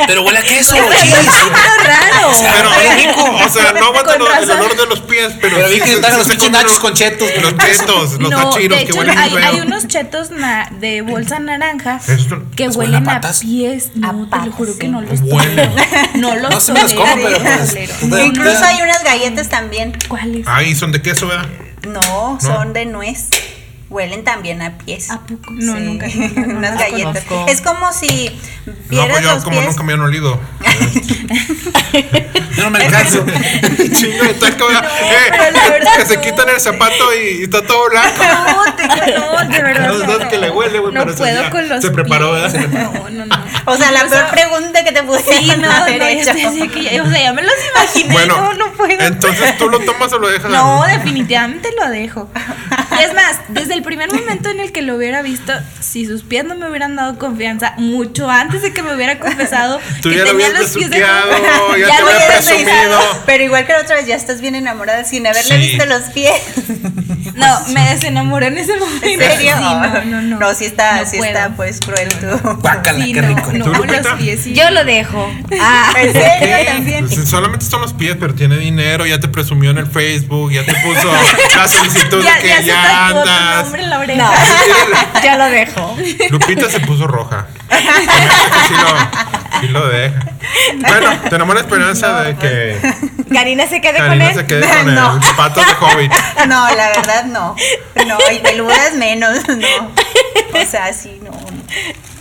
Speaker 5: Pero huele a queso, chis.
Speaker 6: raro.
Speaker 2: Pero, o sea, no aguanto
Speaker 3: Con
Speaker 2: lo- el
Speaker 3: razón.
Speaker 2: olor de los pies, pero.
Speaker 5: Pero vi que están los
Speaker 2: se
Speaker 5: pinches
Speaker 2: comen
Speaker 5: nachos con chetos.
Speaker 2: Los chetos, los
Speaker 3: no,
Speaker 2: tachiros
Speaker 3: de
Speaker 2: que
Speaker 3: hecho,
Speaker 2: huelen
Speaker 3: hay,
Speaker 2: muy feo.
Speaker 3: hay unos chetos na- de bolsa naranja
Speaker 2: Esto-
Speaker 3: que
Speaker 5: ¿les
Speaker 3: huelen
Speaker 5: huelen a
Speaker 3: a,
Speaker 5: patas?
Speaker 3: pies. No,
Speaker 4: A
Speaker 3: te
Speaker 4: patas,
Speaker 3: lo juro
Speaker 4: sí.
Speaker 3: que no los
Speaker 2: Huelen.
Speaker 3: tolero. No los
Speaker 5: No se me los como,
Speaker 3: tolero,
Speaker 5: pero
Speaker 3: no los
Speaker 5: pues.
Speaker 3: tolero.
Speaker 5: ustedes-
Speaker 4: incluso hay unas galletas también.
Speaker 3: ¿Cuáles?
Speaker 2: Ay, son de queso, ¿verdad?
Speaker 4: No, son de nuez. Huelen también a pies.
Speaker 3: ¿A poco? No,
Speaker 4: Sí.
Speaker 3: nunca. Ah, nunca, nunca.
Speaker 4: unas
Speaker 6: no
Speaker 4: galletas.
Speaker 6: conozco.
Speaker 4: Es como si
Speaker 2: No,
Speaker 4: vieras
Speaker 2: pues yo
Speaker 4: los
Speaker 2: como
Speaker 4: pies.
Speaker 2: nunca me han olido.
Speaker 5: Yo no me alcanzo.
Speaker 2: Chingo de taco, ¿verdad? Eh,
Speaker 3: pero la ahora
Speaker 2: Que se
Speaker 3: tú.
Speaker 2: quitan el zapato y, y está todo blanco.
Speaker 3: No, te- no, de verdad.
Speaker 2: Los dos que le huele, güey,
Speaker 3: No
Speaker 2: pero sí,
Speaker 3: puedo
Speaker 2: ya,
Speaker 3: con los
Speaker 2: se preparó,
Speaker 3: pies.
Speaker 2: ¿verdad?
Speaker 3: No, no, no.
Speaker 4: O sea, la
Speaker 3: O
Speaker 4: peor
Speaker 3: sea,
Speaker 4: pregunta que te pudieron
Speaker 3: Sí, no, no,
Speaker 4: haber
Speaker 3: ya
Speaker 4: hecho.
Speaker 3: sé, sí, que ya- o sea, ya me los imaginé,
Speaker 2: Bueno,
Speaker 3: no, no puedo.
Speaker 2: entonces tú lo tomas o lo dejas.
Speaker 3: No, definitivamente lo dejo. Es más, desde el primer momento en el que lo hubiera visto, si sus pies no me hubieran dado confianza, mucho antes de que me hubiera confesado
Speaker 2: Tú
Speaker 3: que
Speaker 2: ya lo
Speaker 3: tenía
Speaker 2: hubieras
Speaker 3: los pies de
Speaker 2: besuqueado, ya te
Speaker 3: lo
Speaker 2: hubieras
Speaker 3: hubieras
Speaker 2: presumido.
Speaker 3: besado.
Speaker 4: Pero igual que la otra vez, ya estás bien enamorada sin haberle
Speaker 2: Sí.
Speaker 4: visto los pies.
Speaker 3: No, me desenamoró en ese momento.
Speaker 4: ¿En serio?
Speaker 3: Sí, no, no, no.
Speaker 4: No, sí está,
Speaker 3: No
Speaker 4: sí
Speaker 3: puedo.
Speaker 4: está, pues, cruel tú.
Speaker 5: Guácala,
Speaker 3: Sí,
Speaker 5: qué
Speaker 3: no,
Speaker 5: rico.
Speaker 3: no,
Speaker 2: ¿Tú,
Speaker 3: los
Speaker 2: Lupita?
Speaker 3: pies sí.
Speaker 6: Yo lo dejo. Ah.
Speaker 4: ¿En serio también?
Speaker 2: Pues, solamente son los pies, pero tiene dinero, ya te presumió en el Facebook, ya te puso la solicitud
Speaker 3: ya,
Speaker 2: de que
Speaker 3: ya
Speaker 2: ya,
Speaker 3: se tatuó tu
Speaker 2: andas.
Speaker 3: nombre en la
Speaker 6: No,
Speaker 3: oreja.
Speaker 6: yo lo dejo.
Speaker 2: Lupita se puso roja. Sí lo, sí lo deja. Bueno, tenemos la esperanza de que
Speaker 6: Karina se quede
Speaker 2: Karina
Speaker 6: pues. con
Speaker 2: se
Speaker 6: él.
Speaker 2: quede con
Speaker 4: No.
Speaker 2: el zapato de hobbit.
Speaker 4: No, la verdad no. No, y peludas menos, no. O sea, sí, no.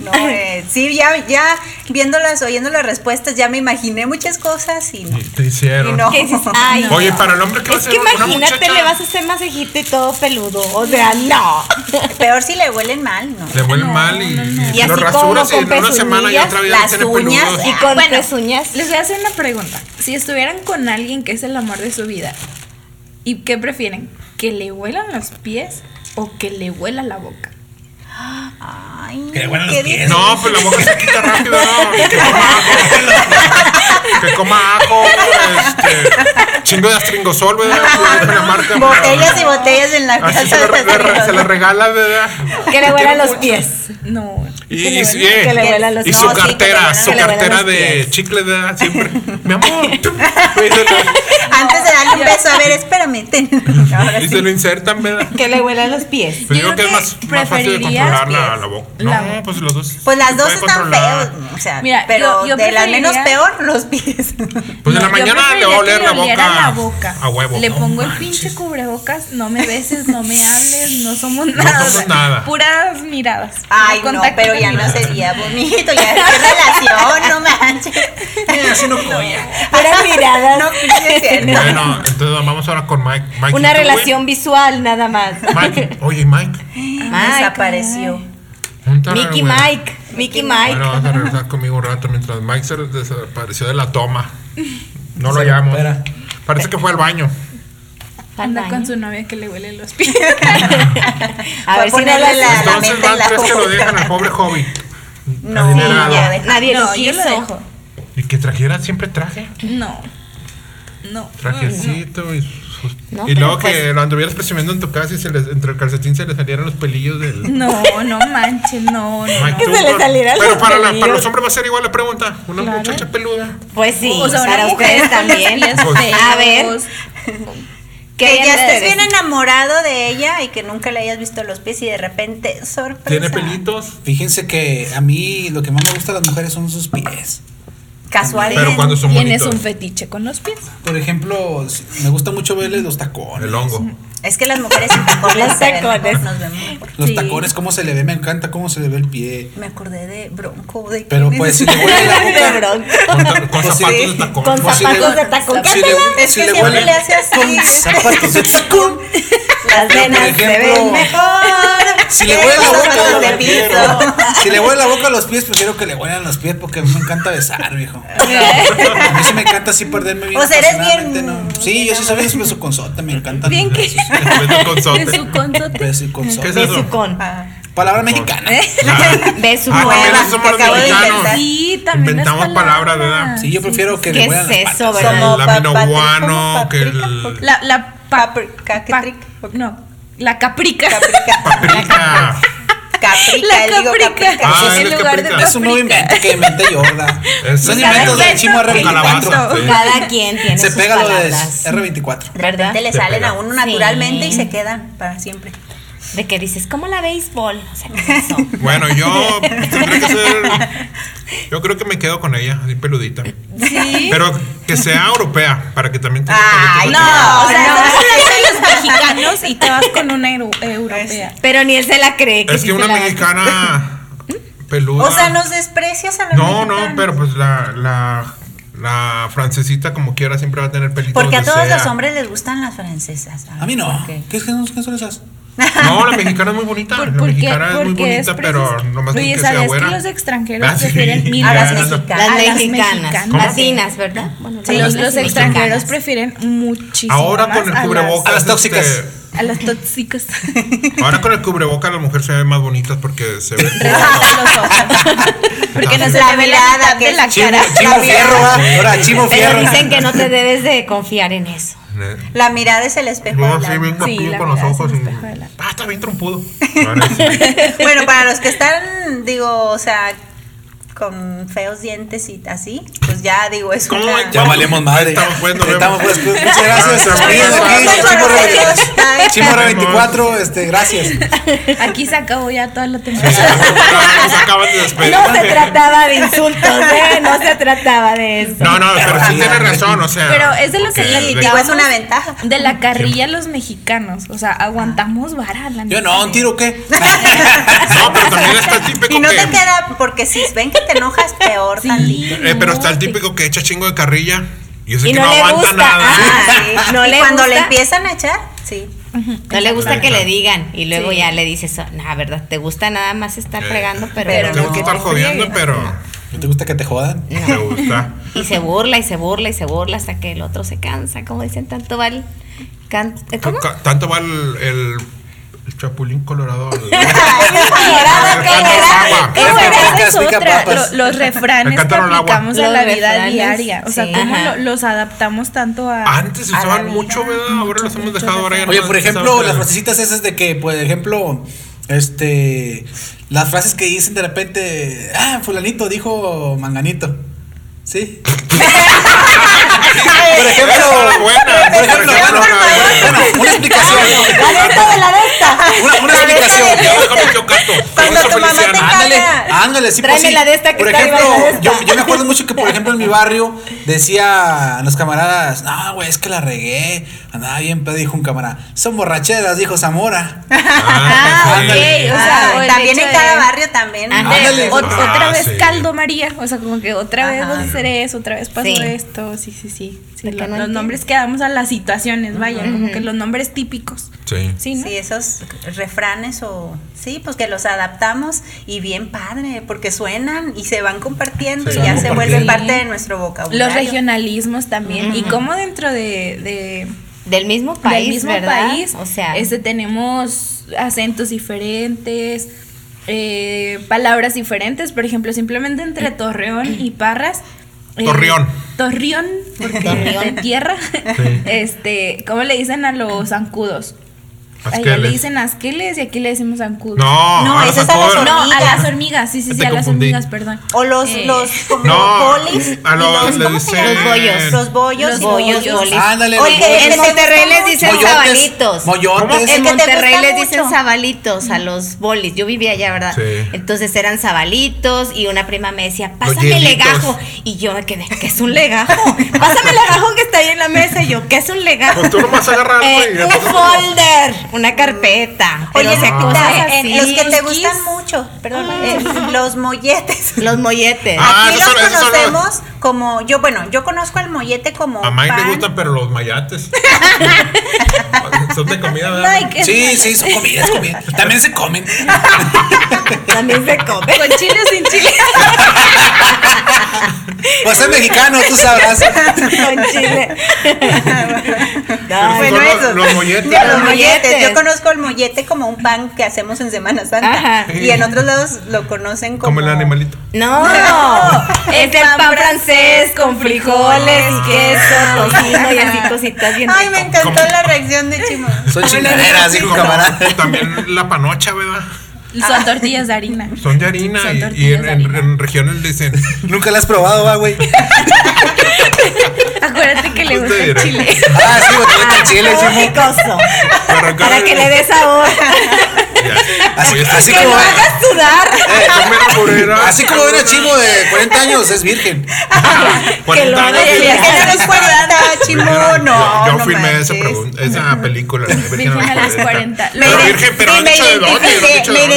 Speaker 4: No, eh, sí, ya, ya viéndolas, oyendo las respuestas, ya me imaginé muchas cosas y no.
Speaker 2: Y te hicieron.
Speaker 4: Y no.
Speaker 6: ¿Qué dices? Ay,
Speaker 2: Oye,
Speaker 6: no.
Speaker 2: para el hombre que va a
Speaker 6: Es
Speaker 2: ser
Speaker 6: que
Speaker 2: una
Speaker 6: imagínate,
Speaker 2: muchacha.
Speaker 6: le vas a hacer masajito y todo peludo. O sea, no.
Speaker 4: Peor si le huelen mal, ¿no?
Speaker 2: Le huele
Speaker 3: No,
Speaker 2: mal y,
Speaker 3: no, no.
Speaker 2: y
Speaker 6: Y
Speaker 2: lo
Speaker 6: así
Speaker 2: rasuras y
Speaker 6: como
Speaker 2: en
Speaker 6: con
Speaker 2: una semana ya
Speaker 6: pezuñillas,
Speaker 2: otra vez ya
Speaker 4: las
Speaker 2: tiene
Speaker 4: uñas,
Speaker 2: peludos.
Speaker 6: Y con
Speaker 3: Bueno,
Speaker 6: las uñas.
Speaker 3: Les voy a hacer una pregunta. Si estuvieran con alguien que es el amor de su vida, ¿y qué prefieren? ¿Que le huelan los pies o que le huela la boca?
Speaker 4: Ay,
Speaker 5: Que le huelen los
Speaker 4: qué
Speaker 5: pies.
Speaker 4: difícil.
Speaker 2: No, pues la boca se quita rápido, no. Que coma ajo. que coma ajo, este. Chingo de astringosol, ¿verdad? Con la marca.
Speaker 4: Botellas y botellas en la
Speaker 2: Así Ah, se,
Speaker 4: casa.
Speaker 2: la re- le re- se la
Speaker 4: de
Speaker 2: regala, ¿verdad?
Speaker 6: Que le huelan los pies.
Speaker 3: No.
Speaker 2: Y,
Speaker 6: Que le
Speaker 2: y-
Speaker 6: huelan-
Speaker 2: eh,
Speaker 6: que le huelan los-
Speaker 2: y
Speaker 6: no,
Speaker 2: su
Speaker 6: sí, que le
Speaker 2: cartera,
Speaker 6: huelan-
Speaker 2: su
Speaker 6: que le huelan
Speaker 2: cartera
Speaker 6: los
Speaker 2: de
Speaker 6: pies.
Speaker 2: chicle, ¿verdad? Siempre. Mi amor. Y se lo-
Speaker 4: Antes de darle un beso, a ver, espérame. ten. Ahora
Speaker 2: Y
Speaker 4: sí.
Speaker 2: se lo insertan, ¿verdad?
Speaker 6: Que le huelan los pies.
Speaker 2: Pero yo
Speaker 3: Yo
Speaker 2: creo que es
Speaker 3: creo
Speaker 2: más,
Speaker 3: que
Speaker 2: más fácil de
Speaker 3: preferirías
Speaker 2: controlar la,
Speaker 3: pies.
Speaker 2: la boca.
Speaker 3: La
Speaker 2: No,
Speaker 3: boca.
Speaker 2: pues los dos.
Speaker 4: Pues las
Speaker 2: se
Speaker 4: dos
Speaker 2: puede
Speaker 4: están
Speaker 2: controlar.
Speaker 4: feos. O sea,
Speaker 3: Mira,
Speaker 4: pero
Speaker 3: yo- yo
Speaker 4: de las menos
Speaker 3: preferiría-
Speaker 4: peor, los pies.
Speaker 2: Pues en
Speaker 3: No,
Speaker 2: la mañana le va
Speaker 3: yo
Speaker 2: a
Speaker 3: preferiría
Speaker 2: oler
Speaker 3: que
Speaker 2: la
Speaker 3: me oliera
Speaker 2: boca,
Speaker 3: la boca.
Speaker 2: a huevo.
Speaker 3: Le
Speaker 2: No
Speaker 3: pongo el
Speaker 2: manches.
Speaker 3: pinche cubrebocas, no me beses, no me hables, no somos
Speaker 2: No
Speaker 3: nada.
Speaker 2: somos
Speaker 3: o sea,
Speaker 2: nada.
Speaker 3: Puras miradas.
Speaker 4: Ay, no,
Speaker 3: contacto
Speaker 4: pero
Speaker 3: con
Speaker 4: ya no
Speaker 3: miradas.
Speaker 4: sería bonito, ya qué relación, no manches.
Speaker 5: Así no coya.
Speaker 6: Puras miradas.
Speaker 4: No, sí es cierto.
Speaker 2: Bueno, entonces vamos ahora con Mike. Mike
Speaker 6: Una
Speaker 2: ¿y tú, güey?
Speaker 6: relación visual nada más.
Speaker 2: Mike, oye Mike.
Speaker 6: Mike.
Speaker 4: Desapareció.
Speaker 2: junta,
Speaker 6: Mickey
Speaker 2: güey.
Speaker 6: Mike. Mickey Mike.
Speaker 2: Bueno, vas a regresar conmigo un rato mientras Mike se desapareció de la toma. No lo
Speaker 5: Se
Speaker 2: hallamos.
Speaker 5: recupera.
Speaker 2: Parece que fue al baño.
Speaker 3: Anda con su novia que le huele los pies.
Speaker 6: A
Speaker 4: Fue
Speaker 6: ver si no
Speaker 4: ponerle
Speaker 6: la-
Speaker 4: la-
Speaker 2: Entonces
Speaker 4: mete en
Speaker 2: van
Speaker 4: la
Speaker 2: tres que lo
Speaker 4: boca.
Speaker 2: dejan al pobre hobbit.
Speaker 4: No,
Speaker 2: Adinerado.
Speaker 4: ya ve.
Speaker 6: Nadie lo
Speaker 3: No, yo lo
Speaker 6: quiso.
Speaker 3: dejo.
Speaker 2: Y que trajera siempre traje.
Speaker 3: No. No.
Speaker 2: Trajecito y sus-
Speaker 6: No,
Speaker 2: y
Speaker 6: pero
Speaker 2: luego que
Speaker 6: pues-
Speaker 2: lo anduvieras presumiendo en tu casa y se les, entre el calcetín se le salieran los pelillos del.
Speaker 3: No, no manches, no, no.
Speaker 2: Mike,
Speaker 6: Que
Speaker 2: tú,
Speaker 6: se le
Speaker 2: con-
Speaker 6: salieran
Speaker 2: Pero
Speaker 6: los
Speaker 2: para, la- para
Speaker 6: pelillos.
Speaker 2: los hombres va a ser igual la pregunta. Una muchacha peluda.
Speaker 6: Pues sí,
Speaker 3: O sea, una
Speaker 6: para
Speaker 3: mujer
Speaker 6: ustedes
Speaker 3: con
Speaker 6: también.
Speaker 3: los pies feos.
Speaker 6: A ver,
Speaker 4: Que
Speaker 6: ¿qué
Speaker 4: ya estés
Speaker 6: bien
Speaker 4: bien enamorado de ella y que nunca le hayas visto los pies y de repente, sorpresa.
Speaker 2: Tiene pelitos.
Speaker 5: Fíjense que a mí lo que más me gusta de las mujeres son sus pies.
Speaker 4: Casual.
Speaker 2: Pero cuando son
Speaker 3: Tienes
Speaker 2: bonitos.
Speaker 3: un fetiche con los pies.
Speaker 5: Por ejemplo, me gusta mucho verles los tacones.
Speaker 2: El hongo.
Speaker 4: Es que las mujeres sin tacones,
Speaker 6: Los
Speaker 4: se ven mejor,
Speaker 6: tacones.
Speaker 4: nos vemos mejor.
Speaker 5: Los
Speaker 3: Sí.
Speaker 5: tacones, cómo se le ve, me encanta cómo se le ve el pie.
Speaker 4: Me acordé de Bronco. De
Speaker 5: Pero pues si le huele la boca.
Speaker 2: Con, ta- con
Speaker 5: Pues sí.
Speaker 2: zapatos de tacón.
Speaker 6: Con
Speaker 5: Pues si le-
Speaker 6: zapatos de tacón.
Speaker 5: si
Speaker 6: Cátela.
Speaker 5: le-
Speaker 4: Es
Speaker 5: si
Speaker 4: que
Speaker 5: le
Speaker 4: siempre
Speaker 5: huele-
Speaker 4: le hace así.
Speaker 5: Con zapatos de tacón.
Speaker 4: Las venas
Speaker 5: Por
Speaker 4: se ven
Speaker 5: ejemplo,
Speaker 4: mejor.
Speaker 5: Si le
Speaker 4: que
Speaker 5: huele la
Speaker 4: los
Speaker 5: boca,
Speaker 4: zapatos
Speaker 5: no
Speaker 4: de
Speaker 5: la quiero.
Speaker 4: piso.
Speaker 5: Si le huele la boca a los pies, prefiero que le huelan los pies porque a mí me encanta besar, viejo. A mí sí me encanta así perderme bien.
Speaker 4: O sea, eres
Speaker 5: apasionadamente,
Speaker 4: bien-
Speaker 5: ¿no? Sí, yo sí soy bien besuconzote, me encanta.
Speaker 3: Bien que.
Speaker 2: Beso con sote. Pues
Speaker 3: De su consote.
Speaker 2: ¿Qué es
Speaker 5: Besuconzote.
Speaker 2: eso?
Speaker 6: Besucón.
Speaker 4: Ah.
Speaker 5: Palabra mexicana.
Speaker 6: Besucón.
Speaker 2: Ah, también
Speaker 4: Nueva,
Speaker 2: eso somos los
Speaker 4: que acabo de
Speaker 2: mexicanos.
Speaker 4: inventar.
Speaker 3: Sí, también las
Speaker 2: Inventamos palabras, ¿verdad?
Speaker 5: Sí, yo prefiero que
Speaker 6: ¿Qué
Speaker 5: le huelan
Speaker 6: es
Speaker 5: las
Speaker 6: eso,
Speaker 5: patas.
Speaker 2: El
Speaker 6: verdad?
Speaker 4: Somos- Como pa-
Speaker 2: laminoguano,
Speaker 4: patri-
Speaker 2: que
Speaker 4: como
Speaker 2: el.
Speaker 3: La, la pa-
Speaker 4: Paprika, ¿qué
Speaker 3: pa-
Speaker 4: trick?
Speaker 3: No, la caprica.
Speaker 4: Caprica.
Speaker 2: Paprika.
Speaker 4: Caprica,
Speaker 3: La
Speaker 4: él digo
Speaker 3: caprica.
Speaker 4: caprica.
Speaker 2: Ah,
Speaker 3: en
Speaker 2: es
Speaker 3: lugar de
Speaker 2: caprica.
Speaker 5: Es un nuevo
Speaker 3: paprika.
Speaker 5: invento que inventé yo, ¿verdad?
Speaker 2: Es-
Speaker 5: Son
Speaker 2: Cada
Speaker 5: inventos del
Speaker 3: invento
Speaker 5: chimo
Speaker 3: que
Speaker 5: R24.
Speaker 2: inventó. Sí.
Speaker 6: Cada quien tiene
Speaker 5: Se
Speaker 6: sus
Speaker 5: pega lo de
Speaker 6: palabras.
Speaker 5: R24.
Speaker 6: ¿Verdad?
Speaker 4: Te le
Speaker 2: Ah, Te
Speaker 4: salen
Speaker 2: pega.
Speaker 4: a uno naturalmente
Speaker 6: Sí.
Speaker 4: y se quedan para siempre.
Speaker 6: De que dices, ¿cómo la béisbol? O sea, ¿qué es eso?
Speaker 2: Bueno, yo tendré que ser. Yo creo que me quedo con ella, así peludita.
Speaker 3: Sí.
Speaker 2: Pero que sea europea, para que también tenga
Speaker 4: Ay,
Speaker 2: pelito.
Speaker 4: no,
Speaker 3: O sea,
Speaker 4: o sea,
Speaker 3: estamos hablando de los mexicanos y te vas con una euro- eh, europea.
Speaker 6: Pero ni él se la cree.
Speaker 2: Es
Speaker 6: sí
Speaker 2: que
Speaker 6: se
Speaker 2: una
Speaker 6: la-
Speaker 2: mexicana peluda.
Speaker 4: o ¿Mm? sea, nos desprecias a la
Speaker 2: No, no,
Speaker 4: mexicana.
Speaker 2: pero pues la, la, La francesita, como quiera, siempre va a tener pelitos.
Speaker 4: Porque a
Speaker 2: donde
Speaker 4: todos
Speaker 2: sea.
Speaker 4: los hombres les gustan las francesas.
Speaker 5: A mí no.
Speaker 4: ¿Por qué?
Speaker 5: ¿Qué, qué, qué son esas?
Speaker 2: No, la mexicana es muy bonita.
Speaker 3: Por-
Speaker 2: la mexicana es muy
Speaker 3: porque
Speaker 2: bonita, pero
Speaker 3: precis-
Speaker 2: nomás tiene
Speaker 3: Oye,
Speaker 2: que sea
Speaker 3: ¿sabías que
Speaker 2: güera.
Speaker 3: los extranjeros
Speaker 2: Ah, sí,
Speaker 3: prefieren mil
Speaker 4: a las
Speaker 3: veces-
Speaker 2: mexicanas.
Speaker 4: mexicanas.
Speaker 6: Las
Speaker 3: A las
Speaker 6: mexicanas,
Speaker 3: mexicanas.
Speaker 6: latinas, ¿verdad? Bueno,
Speaker 3: Sí, los, los
Speaker 6: mexicanas.
Speaker 3: extranjeros prefieren muchísimo
Speaker 2: Ahora
Speaker 3: más
Speaker 2: con el
Speaker 3: a las-
Speaker 2: cubrebocas.
Speaker 5: a las tóxicas.
Speaker 2: este,
Speaker 3: A las tóxicas.
Speaker 2: ahora con el cubrebocas la mujer se ve más bonita porque se ve.
Speaker 3: Resaltan los ojos. Porque no se
Speaker 4: La
Speaker 3: le ve la
Speaker 4: mirada,
Speaker 3: mitad
Speaker 4: que
Speaker 3: de la
Speaker 4: es
Speaker 3: cara.
Speaker 5: Chivo fierro, ¿verdad? Ahora, chivo
Speaker 6: Pero
Speaker 5: fierro.
Speaker 6: dicen que no te debes de confiar en eso.
Speaker 4: La mirada es el espejo.
Speaker 2: No,
Speaker 4: del
Speaker 2: sí,
Speaker 4: alma.
Speaker 2: eh, bien
Speaker 3: Sí,
Speaker 2: trompudo
Speaker 3: la
Speaker 2: con los
Speaker 3: verdad,
Speaker 2: ojos.
Speaker 3: sí,
Speaker 2: y-
Speaker 3: espejo de la-
Speaker 2: Ah, está bien trompudo. Ahora sí.
Speaker 4: Bueno, para los que están, digo, o sea, con feos dientes y así, pues ya digo, es
Speaker 2: ¿Cómo
Speaker 4: una...
Speaker 2: hay-
Speaker 5: Ya valemos madre. ya.
Speaker 2: Estamos, pues, nos
Speaker 5: Estamos,
Speaker 2: vemos.
Speaker 5: pues, muchas
Speaker 2: Nos
Speaker 5: gracias.
Speaker 2: vemos.
Speaker 5: Bienvenidos aquí,
Speaker 2: Nos vemos.
Speaker 5: Chimorra
Speaker 4: Nos
Speaker 5: 24,
Speaker 4: vemos.
Speaker 5: Chimorra 24, este, gracias.
Speaker 3: Aquí se acabó ya toda la
Speaker 2: Sí, sí,
Speaker 3: temporada.
Speaker 2: Nos acaban de despedir.
Speaker 6: No se trataba de insultos, ¿eh? No se trataba de eso.
Speaker 2: No, no, pero sí tiene razón, o sea.
Speaker 3: Pero es de lo que
Speaker 2: porque-
Speaker 4: Digo,
Speaker 3: platicaba.
Speaker 4: es una ventaja.
Speaker 3: De la carrilla los mexicanos. O sea, aguantamos vara. la neta.
Speaker 5: Yo no, un tiro qué.
Speaker 2: No, pero también está el típico
Speaker 4: Y no
Speaker 2: que.
Speaker 4: te queda, porque si ven que te enojas, peor
Speaker 3: Sí.
Speaker 4: tantito.
Speaker 2: eh, pero está el
Speaker 3: no, te-
Speaker 2: típico que echa chingo de carrilla. Y ese
Speaker 6: Y
Speaker 2: que
Speaker 6: no
Speaker 2: no,
Speaker 6: le
Speaker 2: aguanta
Speaker 6: gusta.
Speaker 2: nada.
Speaker 4: Ah, sí.
Speaker 6: No
Speaker 4: y
Speaker 6: le
Speaker 4: cuando le
Speaker 6: gusta.
Speaker 4: empiezan a echar, sí.
Speaker 6: No le gusta que le digan y luego
Speaker 3: Sí.
Speaker 6: ya le dices, no, verdad, te gusta nada más estar
Speaker 2: Eh,
Speaker 6: fregando, pero,
Speaker 4: pero
Speaker 2: te
Speaker 4: no,
Speaker 6: no.
Speaker 2: gusta estar
Speaker 4: sí.
Speaker 2: jodiendo, pero.
Speaker 5: ¿No te gusta que te jodan?
Speaker 2: Te gusta.
Speaker 6: Y se burla y se burla y se burla hasta que el otro se cansa, como dicen, tanto va el can- eh, ¿Cómo?
Speaker 2: Ca- Tanto va el, el, el chapulín colorado. al-
Speaker 6: Colorado,
Speaker 2: Al cántaro
Speaker 6: colorado.
Speaker 2: agua.
Speaker 3: Eh, bueno,
Speaker 5: Papas,
Speaker 3: esa es
Speaker 5: pica
Speaker 3: otra.
Speaker 5: papas.
Speaker 3: Lo- los
Speaker 2: Me
Speaker 3: refranes que
Speaker 2: encantaron el agua.
Speaker 3: aplicamos a
Speaker 6: Los
Speaker 3: la vida
Speaker 6: refranes,
Speaker 3: diaria. O sea,
Speaker 6: sí.
Speaker 3: cómo
Speaker 6: Ajá.
Speaker 3: lo- los adaptamos tanto a.
Speaker 2: Antes se
Speaker 4: A la
Speaker 2: usaban
Speaker 4: vida,
Speaker 2: mucho, ¿verdad? Ahora los hemos dejado. Ahora ya
Speaker 5: Oye,
Speaker 2: no
Speaker 5: por
Speaker 2: se usan,
Speaker 5: ejemplo,
Speaker 2: pero-
Speaker 5: las frasecitas esas de que, por ejemplo, este, las frases que dicen de repente, ah, fulanito dijo manganito. ¿Sí? por ejemplo,
Speaker 2: Esa es buena,
Speaker 5: por ejemplo,
Speaker 2: esa es
Speaker 5: bueno,
Speaker 2: buena.
Speaker 5: bueno, una explicación. Una, una explicación.
Speaker 2: Ya, déjame yo canto.
Speaker 4: Cuando
Speaker 2: Vamos a
Speaker 4: tu mamá te
Speaker 2: Feliciana.
Speaker 4: cae-
Speaker 5: Ándale,
Speaker 4: Caña.
Speaker 5: ándale, sí,
Speaker 6: Tráeme
Speaker 5: pues, sí.
Speaker 6: la de esta que
Speaker 5: Por
Speaker 6: está
Speaker 5: ejemplo,
Speaker 6: arriba de esta.
Speaker 5: yo, yo me acuerdo mucho que, por ejemplo, en mi barrio decía a los camaradas, no, güey, es que la regué. Andaba bien pedo, dijo un camarada. Son borracheras, dijo Zamora.
Speaker 2: Ah,
Speaker 3: Ah, ok.
Speaker 2: ándale.
Speaker 3: O sea,
Speaker 4: Ah,
Speaker 3: o el
Speaker 4: también
Speaker 3: hecho
Speaker 4: en cada
Speaker 3: de-
Speaker 4: barrio también. ¿no?
Speaker 3: de-
Speaker 5: Ándale.
Speaker 3: ot- otra
Speaker 2: Ah,
Speaker 3: vez
Speaker 2: sí.
Speaker 3: caldo María, o sea, como que otra vez
Speaker 4: Ajá.
Speaker 3: vas a hacer eso, otra vez pasó
Speaker 6: Sí.
Speaker 3: esto, sí, sí, sí. Sí, lo-
Speaker 6: De que no
Speaker 3: los
Speaker 6: entiendes.
Speaker 3: nombres que damos a las situaciones, vaya, como que los nombres típicos.
Speaker 2: Sí.
Speaker 3: Sí, ¿no?
Speaker 4: Sí, esos refranes o sí, pues que los adaptamos y bien padre, porque suenan y se van compartiendo
Speaker 2: Se
Speaker 4: y
Speaker 2: van
Speaker 4: ya se vuelven
Speaker 2: compartiendo.
Speaker 4: parte de nuestro vocabulario.
Speaker 3: Los regionalismos también, y como dentro de- de
Speaker 6: Del mismo país,
Speaker 3: país, mismo
Speaker 6: ¿verdad?
Speaker 3: país.
Speaker 6: O sea,
Speaker 3: este, tenemos acentos diferentes, eh, palabras diferentes. Por ejemplo, simplemente entre Torreón y Parras. eh,
Speaker 2: Torreón.
Speaker 3: Torreón, porque
Speaker 6: Torreón.
Speaker 3: de tierra.
Speaker 2: Sí.
Speaker 3: Este, ¿cómo le dicen a los zancudos? Allá le
Speaker 2: Asqueles.
Speaker 3: dicen asqueles y aquí le decimos zancudos.
Speaker 2: No,
Speaker 4: No,
Speaker 2: a los
Speaker 4: ese es a los
Speaker 2: acordes.
Speaker 3: No, a
Speaker 4: hormigas.
Speaker 3: las hormigas, sí, sí, sí,
Speaker 2: Te
Speaker 3: a las
Speaker 2: confundí.
Speaker 3: hormigas, perdón.
Speaker 4: o los
Speaker 3: Eh,
Speaker 4: los como
Speaker 2: No,
Speaker 4: bolis,
Speaker 2: a
Speaker 4: y
Speaker 2: los- le
Speaker 4: ¿cómo se
Speaker 2: dicen-
Speaker 4: llaman?
Speaker 6: Los bollos.
Speaker 4: los bollos,
Speaker 6: los
Speaker 4: y
Speaker 6: bollos, bolis.
Speaker 5: Ándale,
Speaker 4: Oye,
Speaker 5: los bollos.
Speaker 4: el que
Speaker 6: en
Speaker 4: te
Speaker 6: Monterrey
Speaker 4: gusta
Speaker 6: les dicen
Speaker 4: mucho.
Speaker 6: sabalitos.
Speaker 5: Moyotes.
Speaker 4: El
Speaker 6: En
Speaker 4: que te
Speaker 6: Monterrey
Speaker 4: gusta
Speaker 6: les
Speaker 4: mucho.
Speaker 6: dicen sabalitos a los bolis. Yo vivía allá, ¿verdad?
Speaker 2: Sí.
Speaker 6: Entonces eran sabalitos y una prima me decía,
Speaker 2: Los
Speaker 6: pásame
Speaker 2: hielitos.
Speaker 6: legajo. Y yo me quedé, ¿qué es un legajo? Pásame el legajo que está ahí en la mesa. Y yo, ¿qué es un legajo?
Speaker 2: Pues tú nomás agarra algo y-
Speaker 6: Eh, un folder, una carpeta.
Speaker 4: Oye,
Speaker 6: Pero, o sea,
Speaker 4: Lupita,
Speaker 6: cosas
Speaker 4: eh,
Speaker 6: así.
Speaker 4: los que te
Speaker 3: los
Speaker 4: gustan
Speaker 3: kiss.
Speaker 4: mucho, perdón, eh, los molletes.
Speaker 6: Los molletes.
Speaker 2: Ah,
Speaker 4: Aquí
Speaker 2: esos
Speaker 4: los
Speaker 2: son- esos son los-
Speaker 4: conocemos como yo, bueno, yo conozco al mollete como
Speaker 2: A Mike le
Speaker 4: pan.
Speaker 2: gustan, pero los mayates. Son de comida, ¿verdad?
Speaker 3: Ay, qué-
Speaker 5: Sí, sí, son comidas, comidas. También se comen.
Speaker 6: También se come.
Speaker 3: Con chile o sin chile.
Speaker 5: Pues es mexicano, tú sabrás.
Speaker 6: Con chile.
Speaker 2: Pero
Speaker 6: Ay,
Speaker 2: son
Speaker 4: bueno,
Speaker 2: los,
Speaker 4: esos.
Speaker 2: los molletes.
Speaker 4: Yo, los
Speaker 6: Los
Speaker 4: molletes.
Speaker 6: molletes.
Speaker 4: Yo conozco el mollete como un pan que hacemos en Semana Santa.
Speaker 6: Ajá.
Speaker 4: Y en otros lados lo conocen como.
Speaker 2: Como el animalito.
Speaker 6: No, es el pan francés con frijoles y queso, tocino y así cositas bien.
Speaker 4: Ay, me
Speaker 6: ricas.
Speaker 4: encantó
Speaker 2: Como-
Speaker 4: la reacción de Chimo.
Speaker 5: Son chingaderas, dijo
Speaker 2: Como
Speaker 5: camarada.
Speaker 2: También la panocha, ¿verdad?
Speaker 3: Son tortillas de harina.
Speaker 2: Son de harina
Speaker 3: Son
Speaker 2: y- y,
Speaker 3: tortillas
Speaker 2: en,
Speaker 3: de
Speaker 2: en-
Speaker 3: harina.
Speaker 2: en regiones le dicen.
Speaker 5: Nunca la has probado, va, güey.
Speaker 3: Acuérdate que le
Speaker 2: Usted
Speaker 3: gusta el
Speaker 2: dirá.
Speaker 3: chile.
Speaker 5: Ah, sí, botellita de chile,
Speaker 6: Qué
Speaker 5: chimo.
Speaker 6: picoso.
Speaker 2: Pero acá-
Speaker 6: Para que le dé sabor.
Speaker 5: Así-
Speaker 2: Voy a estar-
Speaker 5: así
Speaker 6: ¡Que
Speaker 5: como-
Speaker 6: lo hagas sudar!
Speaker 2: Yo Eh, me enamoré, ah,
Speaker 5: Así como ven a Chimo de 40 años, es virgen.
Speaker 2: 40
Speaker 6: lo
Speaker 2: años.
Speaker 6: hagas
Speaker 4: Oye, Virgen a los 40, Ah, chimo,
Speaker 2: Yo-
Speaker 4: no.
Speaker 2: Yo,
Speaker 4: no
Speaker 2: filmé esa,
Speaker 4: manches.
Speaker 2: pregunta, esa película. la de
Speaker 3: Virgen a las 40.
Speaker 2: Pero
Speaker 3: Luego-
Speaker 2: Virgen, pero
Speaker 4: Sí,
Speaker 2: han
Speaker 4: me
Speaker 2: dicho de dónde. no han
Speaker 4: identifiqué,
Speaker 2: dicho de
Speaker 4: me
Speaker 2: dónde.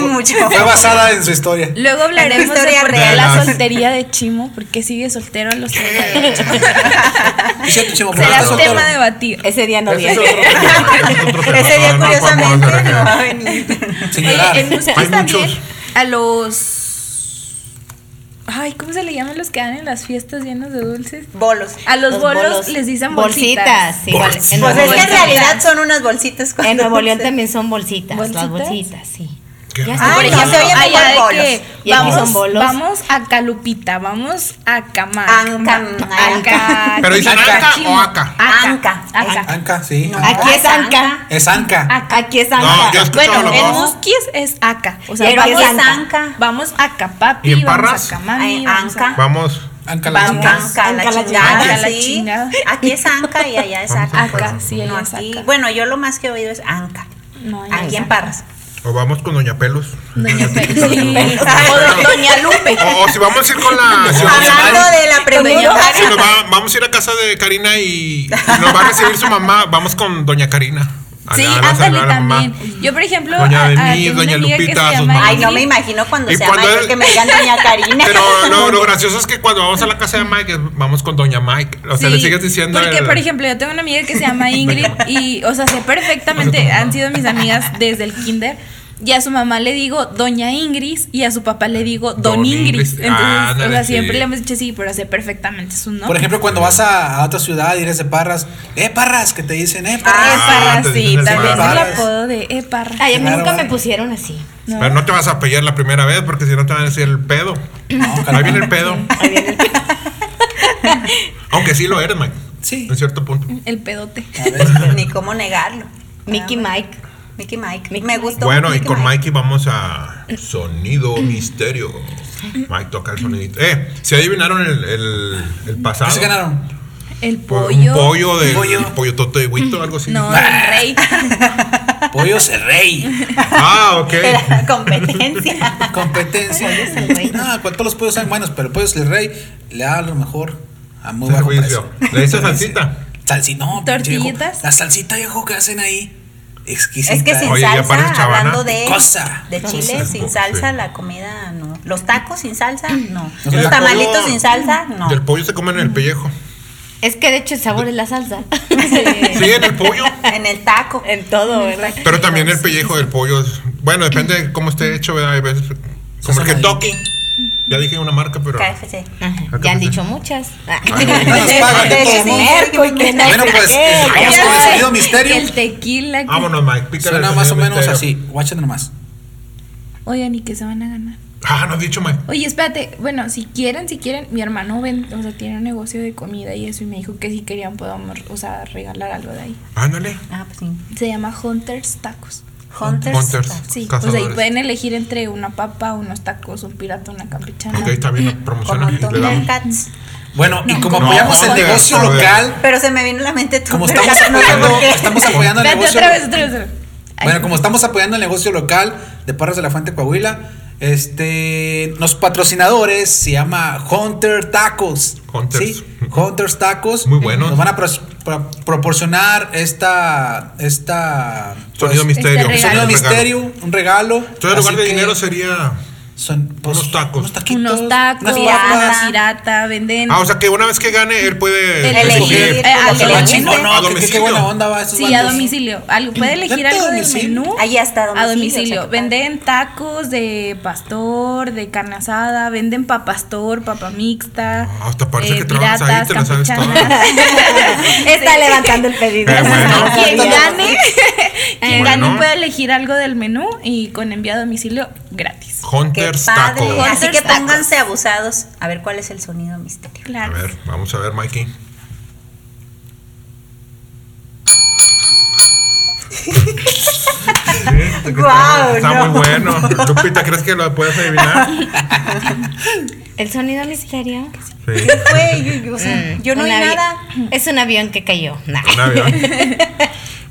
Speaker 4: mucho.
Speaker 5: Fue basada en su historia.
Speaker 3: Luego hablaremos de
Speaker 4: historia
Speaker 3: por qué
Speaker 2: real.
Speaker 3: la
Speaker 2: Las-
Speaker 3: soltería de Chimo, porque sigue soltero a los 30.
Speaker 2: ¿Qué?
Speaker 5: Es cierto, Chimo, pero
Speaker 3: Será
Speaker 5: estás soltero.
Speaker 3: tema de batir.
Speaker 6: Ese día no
Speaker 2: Ese es
Speaker 6: viene.
Speaker 2: otro tema, es otro tema,
Speaker 4: Ese día,
Speaker 2: no, no podemos
Speaker 4: curiosamente,
Speaker 2: hacer
Speaker 4: no va a
Speaker 2: acá.
Speaker 4: venir.
Speaker 5: Sin llorar.
Speaker 3: Oye, en
Speaker 2: Hay
Speaker 3: muchos también,
Speaker 2: muchos.
Speaker 3: a los... Ay, ¿cómo se le llaman los que dan en las fiestas llenas de dulces?
Speaker 4: Bolos.
Speaker 3: A los,
Speaker 6: Los
Speaker 3: bolos,
Speaker 6: bolos.
Speaker 3: les dicen bolsitas.
Speaker 6: Bolsitas, igual. en
Speaker 4: Pues es que
Speaker 6: Nuevo León
Speaker 4: en
Speaker 3: Bolsitas.
Speaker 4: realidad son unas bolsitas.
Speaker 6: también-
Speaker 4: cuando
Speaker 6: En Nuevo León
Speaker 4: se-
Speaker 6: también son bolsitas,
Speaker 3: ¿Bolsitas?
Speaker 6: las bolsitas, sí.
Speaker 2: Qué
Speaker 6: Ya
Speaker 2: raro.
Speaker 6: está.
Speaker 3: Por
Speaker 4: Ay, no,
Speaker 3: ejemplo,
Speaker 4: se oye mejor
Speaker 3: allá de
Speaker 4: bolos.
Speaker 3: que
Speaker 6: Y aquí
Speaker 3: vamos,
Speaker 6: son bolos.
Speaker 3: vamos a Calupita, vamos a Camac.
Speaker 4: Ancam-
Speaker 3: Anca.
Speaker 2: Pero dicen
Speaker 3: Anca,
Speaker 2: Anca
Speaker 3: Chimo.
Speaker 2: o Aca.
Speaker 4: Anca.
Speaker 3: Anca.
Speaker 5: Anca, sí.
Speaker 4: No.
Speaker 5: Anca.
Speaker 6: Aquí es Anca.
Speaker 5: Es Anca.
Speaker 3: Anca.
Speaker 6: Aquí es
Speaker 2: No, yo he
Speaker 6: Anca.
Speaker 2: escuchado
Speaker 3: Bueno,
Speaker 2: los
Speaker 3: en
Speaker 2: dos.
Speaker 3: Musquis es Aca. O sea,
Speaker 6: Pero
Speaker 3: vamos,
Speaker 6: aquí
Speaker 4: es Anca.
Speaker 3: vamos a Capapi,
Speaker 2: ¿Y en
Speaker 3: vamos
Speaker 2: Parras?
Speaker 3: a Camami,
Speaker 4: Ay,
Speaker 3: vamos a-
Speaker 4: Anca.
Speaker 2: Vamos.
Speaker 5: Anca la
Speaker 4: Anca,
Speaker 5: chingada.
Speaker 4: Anca, la
Speaker 6: Anca, la
Speaker 4: chingada,
Speaker 3: chingada, la
Speaker 4: sí.
Speaker 3: chingada.
Speaker 4: Aquí es Anca y allá es
Speaker 2: Vamos
Speaker 4: Aca.
Speaker 2: a
Speaker 3: Acá, sí,
Speaker 4: No,
Speaker 3: ella es
Speaker 4: aquí.
Speaker 3: acá.
Speaker 4: Bueno, yo lo más que he oído es Anca.
Speaker 3: No, ella
Speaker 4: Aquí
Speaker 3: es
Speaker 4: en
Speaker 3: acá.
Speaker 4: Parras.
Speaker 2: O vamos con Doña Pelus.
Speaker 3: Doña Pelos.
Speaker 6: O Doña
Speaker 3: Pues,
Speaker 6: Lupe.
Speaker 2: O, o si vamos a ir con la. Si vamos,
Speaker 4: Hablando de
Speaker 2: si
Speaker 4: la
Speaker 2: nos
Speaker 4: pregunta.
Speaker 2: va- vamos a ir a casa de Karina y, y nos va a recibir su mamá. Vamos con Doña Karina. A
Speaker 3: Sí,
Speaker 2: la- a la- a la
Speaker 3: ándale
Speaker 2: mamá.
Speaker 3: también. Yo, por ejemplo,
Speaker 2: Doña
Speaker 3: a- a-
Speaker 2: Denise,
Speaker 3: tengo una
Speaker 2: Doña
Speaker 3: amiga que se
Speaker 2: Lupita, sus
Speaker 3: llama
Speaker 2: mamás.
Speaker 4: Ay, no me
Speaker 3: Ingrid.
Speaker 4: imagino cuando
Speaker 2: ¿Y
Speaker 4: sea
Speaker 2: cuando
Speaker 4: mayor
Speaker 2: es-
Speaker 4: que me digan Doña Karina.
Speaker 2: Pero lo, lo gracioso es que cuando vamos a la casa de Mike, es- vamos con Doña Mike. O sea, le
Speaker 3: Sí,
Speaker 2: sigues diciendo.
Speaker 3: Porque,
Speaker 2: el-
Speaker 3: por ejemplo, yo tengo una amiga que se llama Ingrid y, o sea, sé perfectamente, han sido mis amigas desde el kinder. Y a su mamá le digo Doña Ingris y a su papá le digo Don,
Speaker 2: Don
Speaker 3: Ingris.
Speaker 2: Ingris.
Speaker 3: Entonces,
Speaker 2: Ah,
Speaker 3: o sea,
Speaker 2: ándale, sí.
Speaker 3: siempre le hemos dicho sí, pero sé perfectamente su nombre.
Speaker 5: Por ejemplo, cuando vas a, a otra ciudad y eres de Parras, eh, Parras, que te dicen, eh,
Speaker 3: Ah,
Speaker 5: Parras.
Speaker 3: Parras,
Speaker 2: te
Speaker 3: sí,
Speaker 2: dicen el
Speaker 3: también es el
Speaker 5: Parras.
Speaker 3: apodo de eh, Parras.
Speaker 6: Ay, a mí
Speaker 5: Claro,
Speaker 6: nunca me
Speaker 5: vale.
Speaker 6: pusieron así.
Speaker 3: No.
Speaker 2: Pero no te vas a pelear la primera vez porque si no te van a decir el pedo. Ahí viene el pedo. Aunque sí lo eres, Mike.
Speaker 5: Sí.
Speaker 2: En cierto punto.
Speaker 3: El pedote.
Speaker 4: Este, Ni cómo negarlo.
Speaker 6: Mickey Mike.
Speaker 4: Mickey Mike.
Speaker 6: Mickey
Speaker 4: me gustó.
Speaker 2: Bueno, y con Mikey vamos a sonido misterio. Mike toca el sonidito. Eh, se adivinaron el, el, el pasado.
Speaker 5: ¿Qué se ganaron?
Speaker 3: El
Speaker 2: Por
Speaker 3: pollo.
Speaker 2: Un pollo Ah, de
Speaker 5: Pollo.
Speaker 2: pollo. toto de huito, algo así.
Speaker 3: No, el rey.
Speaker 5: Pollos el rey.
Speaker 2: Ah, ok.
Speaker 4: La competencia.
Speaker 5: Competencia.
Speaker 6: Pollos el rey.
Speaker 5: No, pues, todos los pollos son buenos, pero pollos el rey le da a lo mejor a muy bajo
Speaker 2: Servicio.
Speaker 5: precio.
Speaker 2: Le dices salsita.
Speaker 5: Salsita, no, pinche viejo.
Speaker 3: Tortillitas.
Speaker 5: La salsita, viejo, que hacen ahí. Exquisita. ¿eh?
Speaker 4: Es que sin
Speaker 2: Oye, ya
Speaker 4: salsa,
Speaker 2: parece chavana.
Speaker 4: hablando de,
Speaker 5: Cosa.
Speaker 4: de chile,
Speaker 2: Cosa.
Speaker 4: sin salsa,
Speaker 2: Sí.
Speaker 4: la comida no. Los tacos sin salsa, no.
Speaker 5: Los
Speaker 4: Los
Speaker 2: El
Speaker 4: tamalitos
Speaker 2: pollo-
Speaker 4: sin salsa, no.
Speaker 2: Mm. Del pollo se comen el pellejo.
Speaker 6: Es que de hecho el sabor es la salsa.
Speaker 2: Sí, en el pollo.
Speaker 4: En el taco.
Speaker 6: En todo, ¿verdad?
Speaker 2: Pero también el pellejo del pollo. es- Bueno, depende de cómo esté hecho, ¿verdad? Hay veces. Como el
Speaker 5: Sazonadito.
Speaker 2: Kentucky. Ya dije una marca, pero.
Speaker 4: KFC.
Speaker 6: Ajá, Ya han dicho muchas.
Speaker 5: Nos pagan
Speaker 4: Sí,
Speaker 5: de todos
Speaker 4: sí,
Speaker 5: modos.
Speaker 4: sí,
Speaker 6: Puerco y que no
Speaker 5: Bueno,
Speaker 6: sé
Speaker 5: pues,
Speaker 6: qué.
Speaker 5: eh, vamos con el sonido
Speaker 3: Y
Speaker 5: misterio.
Speaker 3: el tequila. que-
Speaker 2: Vámonos, Ah, Mike. Pícale
Speaker 5: Suena
Speaker 2: el
Speaker 5: más o
Speaker 2: sonido
Speaker 5: menos
Speaker 2: entero.
Speaker 5: así. Guáchate nomás.
Speaker 3: Oigan, ¿y qué se van a ganar?
Speaker 2: Ah, no has dicho, Mike.
Speaker 3: Oye, espérate, bueno, si quieren, si quieren, mi hermano ven, o sea, tiene un negocio de comida y eso, y me dijo que si querían podamos, o sea, regalar algo de ahí.
Speaker 2: Ándale.
Speaker 4: Ah, pues sí.
Speaker 3: Se llama Hunters Tacos.
Speaker 4: Hunters.
Speaker 2: Hunters.
Speaker 4: Tacos.
Speaker 3: Sí, o sea,
Speaker 2: Cazadores.
Speaker 3: y pueden elegir entre una papa, unos tacos, un pirata, una campechana.
Speaker 2: Ok, está bien, lo promociona.
Speaker 4: Como
Speaker 2: Le damos.
Speaker 4: Thundercats.
Speaker 5: Bueno, y como
Speaker 2: No,
Speaker 5: apoyamos el
Speaker 2: joder,
Speaker 5: negocio
Speaker 2: joder.
Speaker 5: local,
Speaker 4: Pero se me vino a la mente
Speaker 5: como
Speaker 4: Thundercats.
Speaker 5: estamos
Speaker 4: no sé por
Speaker 5: apoyando,
Speaker 4: qué.
Speaker 5: estamos apoyando el
Speaker 3: Espérate,
Speaker 5: negocio
Speaker 3: otra vez, otra vez, otra vez. Ay,
Speaker 5: Bueno, como estamos apoyando el negocio local de Parras de la Fuente Coahuila, este, los patrocinadores se llama Hunter Tacos.
Speaker 2: Hunters.
Speaker 5: ¿sí? Hunters Tacos.
Speaker 2: Muy buenos.
Speaker 5: Nos van a pros- pro- proporcionar esta, esta
Speaker 4: Este
Speaker 2: Sonido
Speaker 5: pues,
Speaker 2: misterio.
Speaker 3: regalo.
Speaker 5: sonido
Speaker 3: Regalo.
Speaker 5: misterio, un regalo.
Speaker 2: Entonces, en lugar
Speaker 5: Así
Speaker 2: de
Speaker 5: que
Speaker 2: dinero sería.
Speaker 5: son pues,
Speaker 2: unos tacos.
Speaker 5: unos taquitos,
Speaker 3: unos tacos,
Speaker 5: unas
Speaker 3: una
Speaker 5: papas.
Speaker 3: pirata, venden.
Speaker 2: Ah, o sea que una vez que gane, él puede
Speaker 3: Elegir,
Speaker 2: escoger.
Speaker 3: eh, al
Speaker 5: O sea,
Speaker 3: elegir.
Speaker 2: A
Speaker 5: chingón, no, que- que- qué
Speaker 2: domicilio.
Speaker 5: buena onda va esos
Speaker 3: Sí, a
Speaker 5: vatos.
Speaker 3: domicilio. Algo, puede elegir
Speaker 5: ¿Neta
Speaker 3: algo del
Speaker 5: domicilio?
Speaker 3: menú.
Speaker 4: Ahí hasta
Speaker 3: A
Speaker 4: domicilio, o sea,
Speaker 3: domicilio.
Speaker 4: que
Speaker 3: Venden tacos de pastor, de carne asada, venden papastor, papa mixta. eh,
Speaker 2: Ah, hasta parece que trabajas
Speaker 3: piratas,
Speaker 4: Eh,
Speaker 2: ahí, te la sabes
Speaker 3: campechanas.
Speaker 6: Está levantando el pedido.
Speaker 2: Eh, bueno.
Speaker 3: Y Quien gane, quien
Speaker 2: Bueno.
Speaker 3: gane puede elegir algo del menú y con envío a domicilio gratis.
Speaker 4: Qué
Speaker 2: Hunters
Speaker 4: padre.
Speaker 2: Taco.
Speaker 3: Hunters
Speaker 4: Así que
Speaker 3: tacos.
Speaker 4: pónganse abusados. A ver cuál es el sonido misterio.
Speaker 2: A
Speaker 3: Claro.
Speaker 2: ver, vamos a ver, Mikey.
Speaker 4: Guau,
Speaker 2: Está
Speaker 4: Oh, no.
Speaker 2: muy bueno. Lupita, ¿crees que lo puedes adivinar?
Speaker 6: El sonido misterio.
Speaker 2: Sí.
Speaker 3: Mm.
Speaker 4: Güey, yo, yo- o sea, yo no
Speaker 6: Un
Speaker 4: vi
Speaker 6: avi-
Speaker 4: nada.
Speaker 6: Es un avión que cayó. Nah.
Speaker 2: Un avión.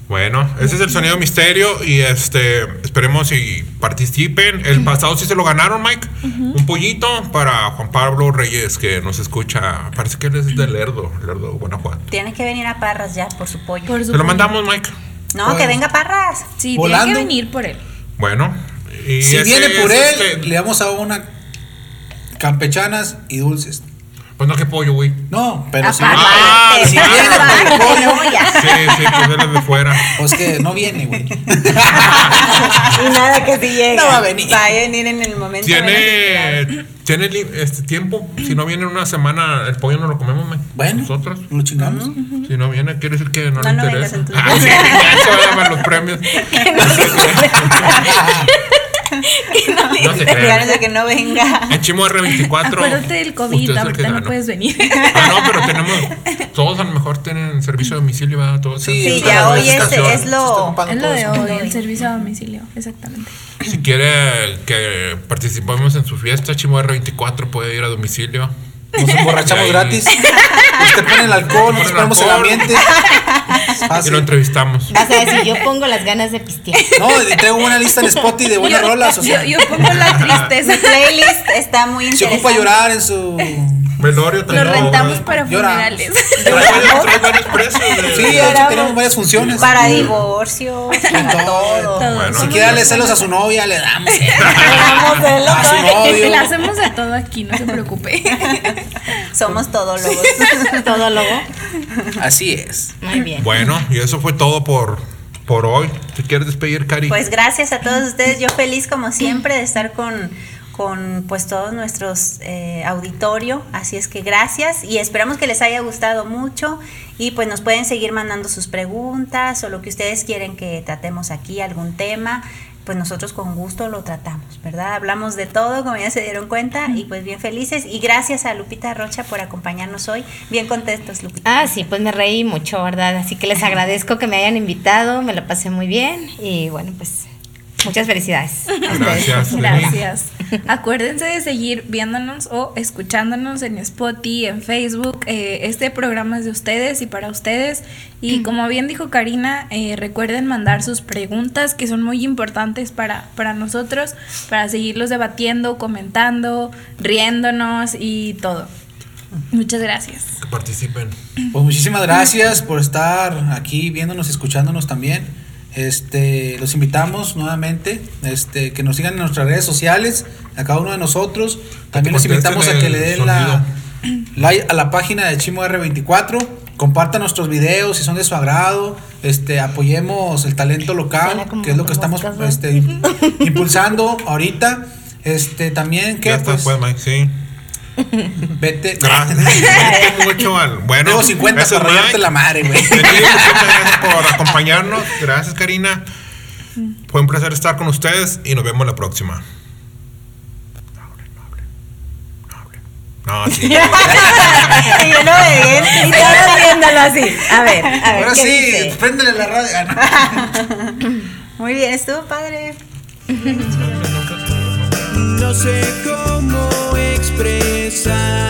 Speaker 2: Bueno, ese es el sonido misterio y este esperemos y participen. El pasado sí se lo ganaron, Mike. Un pollito para Juan Pablo Reyes que nos escucha. Parece que él es de Lerdo, Lerdo, Guanajuato.
Speaker 4: Tiene que venir a Parras ya por su pollo.
Speaker 3: Por
Speaker 2: Se
Speaker 3: supuesto.
Speaker 2: lo mandamos, Mike.
Speaker 4: No, que venga Parras.
Speaker 3: Sí, tiene
Speaker 5: Volando.
Speaker 3: que venir por él.
Speaker 2: Bueno. y
Speaker 5: Si
Speaker 2: ese
Speaker 5: viene por
Speaker 2: es,
Speaker 5: él,
Speaker 2: este,
Speaker 5: le damos a una campechanas y dulces.
Speaker 2: Pues no, que pollo, güey.
Speaker 5: No, pero si,
Speaker 4: Aparte.
Speaker 2: Ah,
Speaker 5: si
Speaker 2: sí,
Speaker 5: viene por el pollo,
Speaker 4: Ya.
Speaker 2: Sí, sí, pues él es de fuera.
Speaker 5: pues que no viene, güey.
Speaker 4: Y nada que si llegue.
Speaker 5: No va a venir.
Speaker 4: Va a venir en el momento. menos esperado.
Speaker 2: Tiene, tiene li- este tiempo. Si no viene en una semana, el pollo no lo comemos, Mike.
Speaker 5: Bueno,
Speaker 2: Nosotros.
Speaker 5: lo chingamos.
Speaker 2: Si no viene, quiere decir que no,
Speaker 4: No,
Speaker 2: le
Speaker 4: no vengas
Speaker 2: interesa.
Speaker 4: entonces.
Speaker 2: Ah, sí, ya se van a dar los premios. no se
Speaker 4: Claro,
Speaker 2: crean.
Speaker 4: de que no venga.
Speaker 2: En Chimo R24.
Speaker 3: Acuérdate del
Speaker 2: usted es
Speaker 3: COVID,
Speaker 2: el que
Speaker 3: ahorita no
Speaker 2: gana.
Speaker 3: puedes venir.
Speaker 2: Ah, no, pero tenemos. Todos a lo mejor tienen servicio a domicilio, ¿verdad? Todos
Speaker 5: Sí,
Speaker 4: Sí,
Speaker 2: tienen
Speaker 4: ya
Speaker 5: la
Speaker 4: hoy es,
Speaker 2: verificación.
Speaker 4: es lo.
Speaker 5: Está
Speaker 3: es lo de
Speaker 5: ocupado
Speaker 3: hoy,
Speaker 5: todo
Speaker 3: el servicio a domicilio, exactamente.
Speaker 2: Si quiere que participemos en su fiesta, Chimo R24 puede ir a domicilio.
Speaker 5: eso. Nos emborrachamos
Speaker 2: Ahí.
Speaker 5: gratis. Usted pone el alcohol,
Speaker 2: Pone
Speaker 5: nosotros
Speaker 2: el
Speaker 5: ponemos el
Speaker 2: alcohol.
Speaker 5: ambiente. Es
Speaker 2: Y lo
Speaker 5: Fácil.
Speaker 2: entrevistamos.
Speaker 6: Vas a decir, yo pongo las ganas de pistear.
Speaker 5: No, y tengo una lista en Spotify de buenas
Speaker 3: yo,
Speaker 5: rolas. O sea,
Speaker 3: yo, yo pongo la
Speaker 4: Mi
Speaker 3: tristeza.
Speaker 4: Este, playlist está muy
Speaker 5: se
Speaker 4: interesante.
Speaker 5: ocupa llorar en su.
Speaker 2: Velorio
Speaker 3: Lo
Speaker 2: también.
Speaker 3: rentamos para
Speaker 5: Llora.
Speaker 3: funerales.
Speaker 2: Trae varios- trae varios precios. de-
Speaker 5: Sí, de hecho, tenemos varias funciones.
Speaker 4: Para divorcio, para
Speaker 3: Todo.
Speaker 4: todo.
Speaker 2: Bueno,
Speaker 5: Si
Speaker 3: Somos
Speaker 5: quiere darle
Speaker 3: los-
Speaker 5: celos a Ah, su novia, le damos. eh.
Speaker 4: Somos
Speaker 5: A su novio.
Speaker 3: Le hacemos de todo aquí, no se preocupe.
Speaker 4: Somos todólogos.
Speaker 6: Todo lobo.
Speaker 5: Así es.
Speaker 6: Muy bien.
Speaker 2: Bueno, y eso fue todo por, por hoy. ¿Te quieres despedir, Cari?
Speaker 4: Pues gracias a todos ustedes. Yo feliz como siempre de estar con con pues todos nuestros eh, auditorio, así es que gracias y esperamos que les haya gustado mucho y pues nos pueden seguir mandando sus preguntas o lo que ustedes quieren que tratemos aquí, algún tema, pues nosotros con gusto lo tratamos, ¿verdad? Hablamos de todo, como ya se dieron cuenta, y pues bien felices y gracias a Lupita Rocha por acompañarnos hoy, bien contentos Lupita.
Speaker 6: Ah, sí, pues me reí mucho, ¿verdad? Así que les agradezco que me hayan invitado, me la pasé muy bien y bueno, pues muchas felicidades.
Speaker 2: Gracias. Denis.
Speaker 3: Gracias. Acuérdense de seguir viéndonos o escuchándonos en Spotify, en Facebook. Eh, este programa es de ustedes y para ustedes. Y como bien dijo Karina, eh, recuerden mandar sus preguntas que son muy importantes para, para nosotros, para seguirlos debatiendo, comentando, riéndonos y todo. Muchas gracias.
Speaker 2: Que participen.
Speaker 5: Pues muchísimas gracias por estar aquí viéndonos, escuchándonos también. Este, los invitamos nuevamente, este, que nos sigan en nuestras redes sociales, a cada uno de nosotros. También los
Speaker 2: contesten
Speaker 5: invitamos a que
Speaker 2: el
Speaker 5: le den la like a la página de Chimo R24. Compartan nuestros videos si son de su agrado. Este, apoyemos el talento local,
Speaker 6: Suena como
Speaker 5: que es lo que
Speaker 6: un
Speaker 5: estamos
Speaker 6: podcast, ¿no?
Speaker 5: este, impulsando ahorita. Este, también que
Speaker 2: Ya está,
Speaker 5: pues,
Speaker 2: pues, Mike, sí.
Speaker 5: vete.
Speaker 2: Gracias. Vete mucho al- Bueno,
Speaker 5: Tengo 50
Speaker 2: ese es
Speaker 5: para rayarte
Speaker 2: Mike.
Speaker 5: la madre, güey.
Speaker 2: Denis, muchas gracias por acompañarnos. Gracias, Karina. Fue un placer estar con ustedes y nos vemos la próxima. No, hablen, no hablen. No hablen. No, sí.
Speaker 4: y Ah, yo no me vi, y todos viéndolo así. A ver, a ver.
Speaker 5: Ahora
Speaker 4: ¿qué
Speaker 5: sí,
Speaker 4: dice?
Speaker 5: préndele la radio. Ah, no.
Speaker 4: Muy bien, estuvo padre.
Speaker 9: No sé cómo expresar.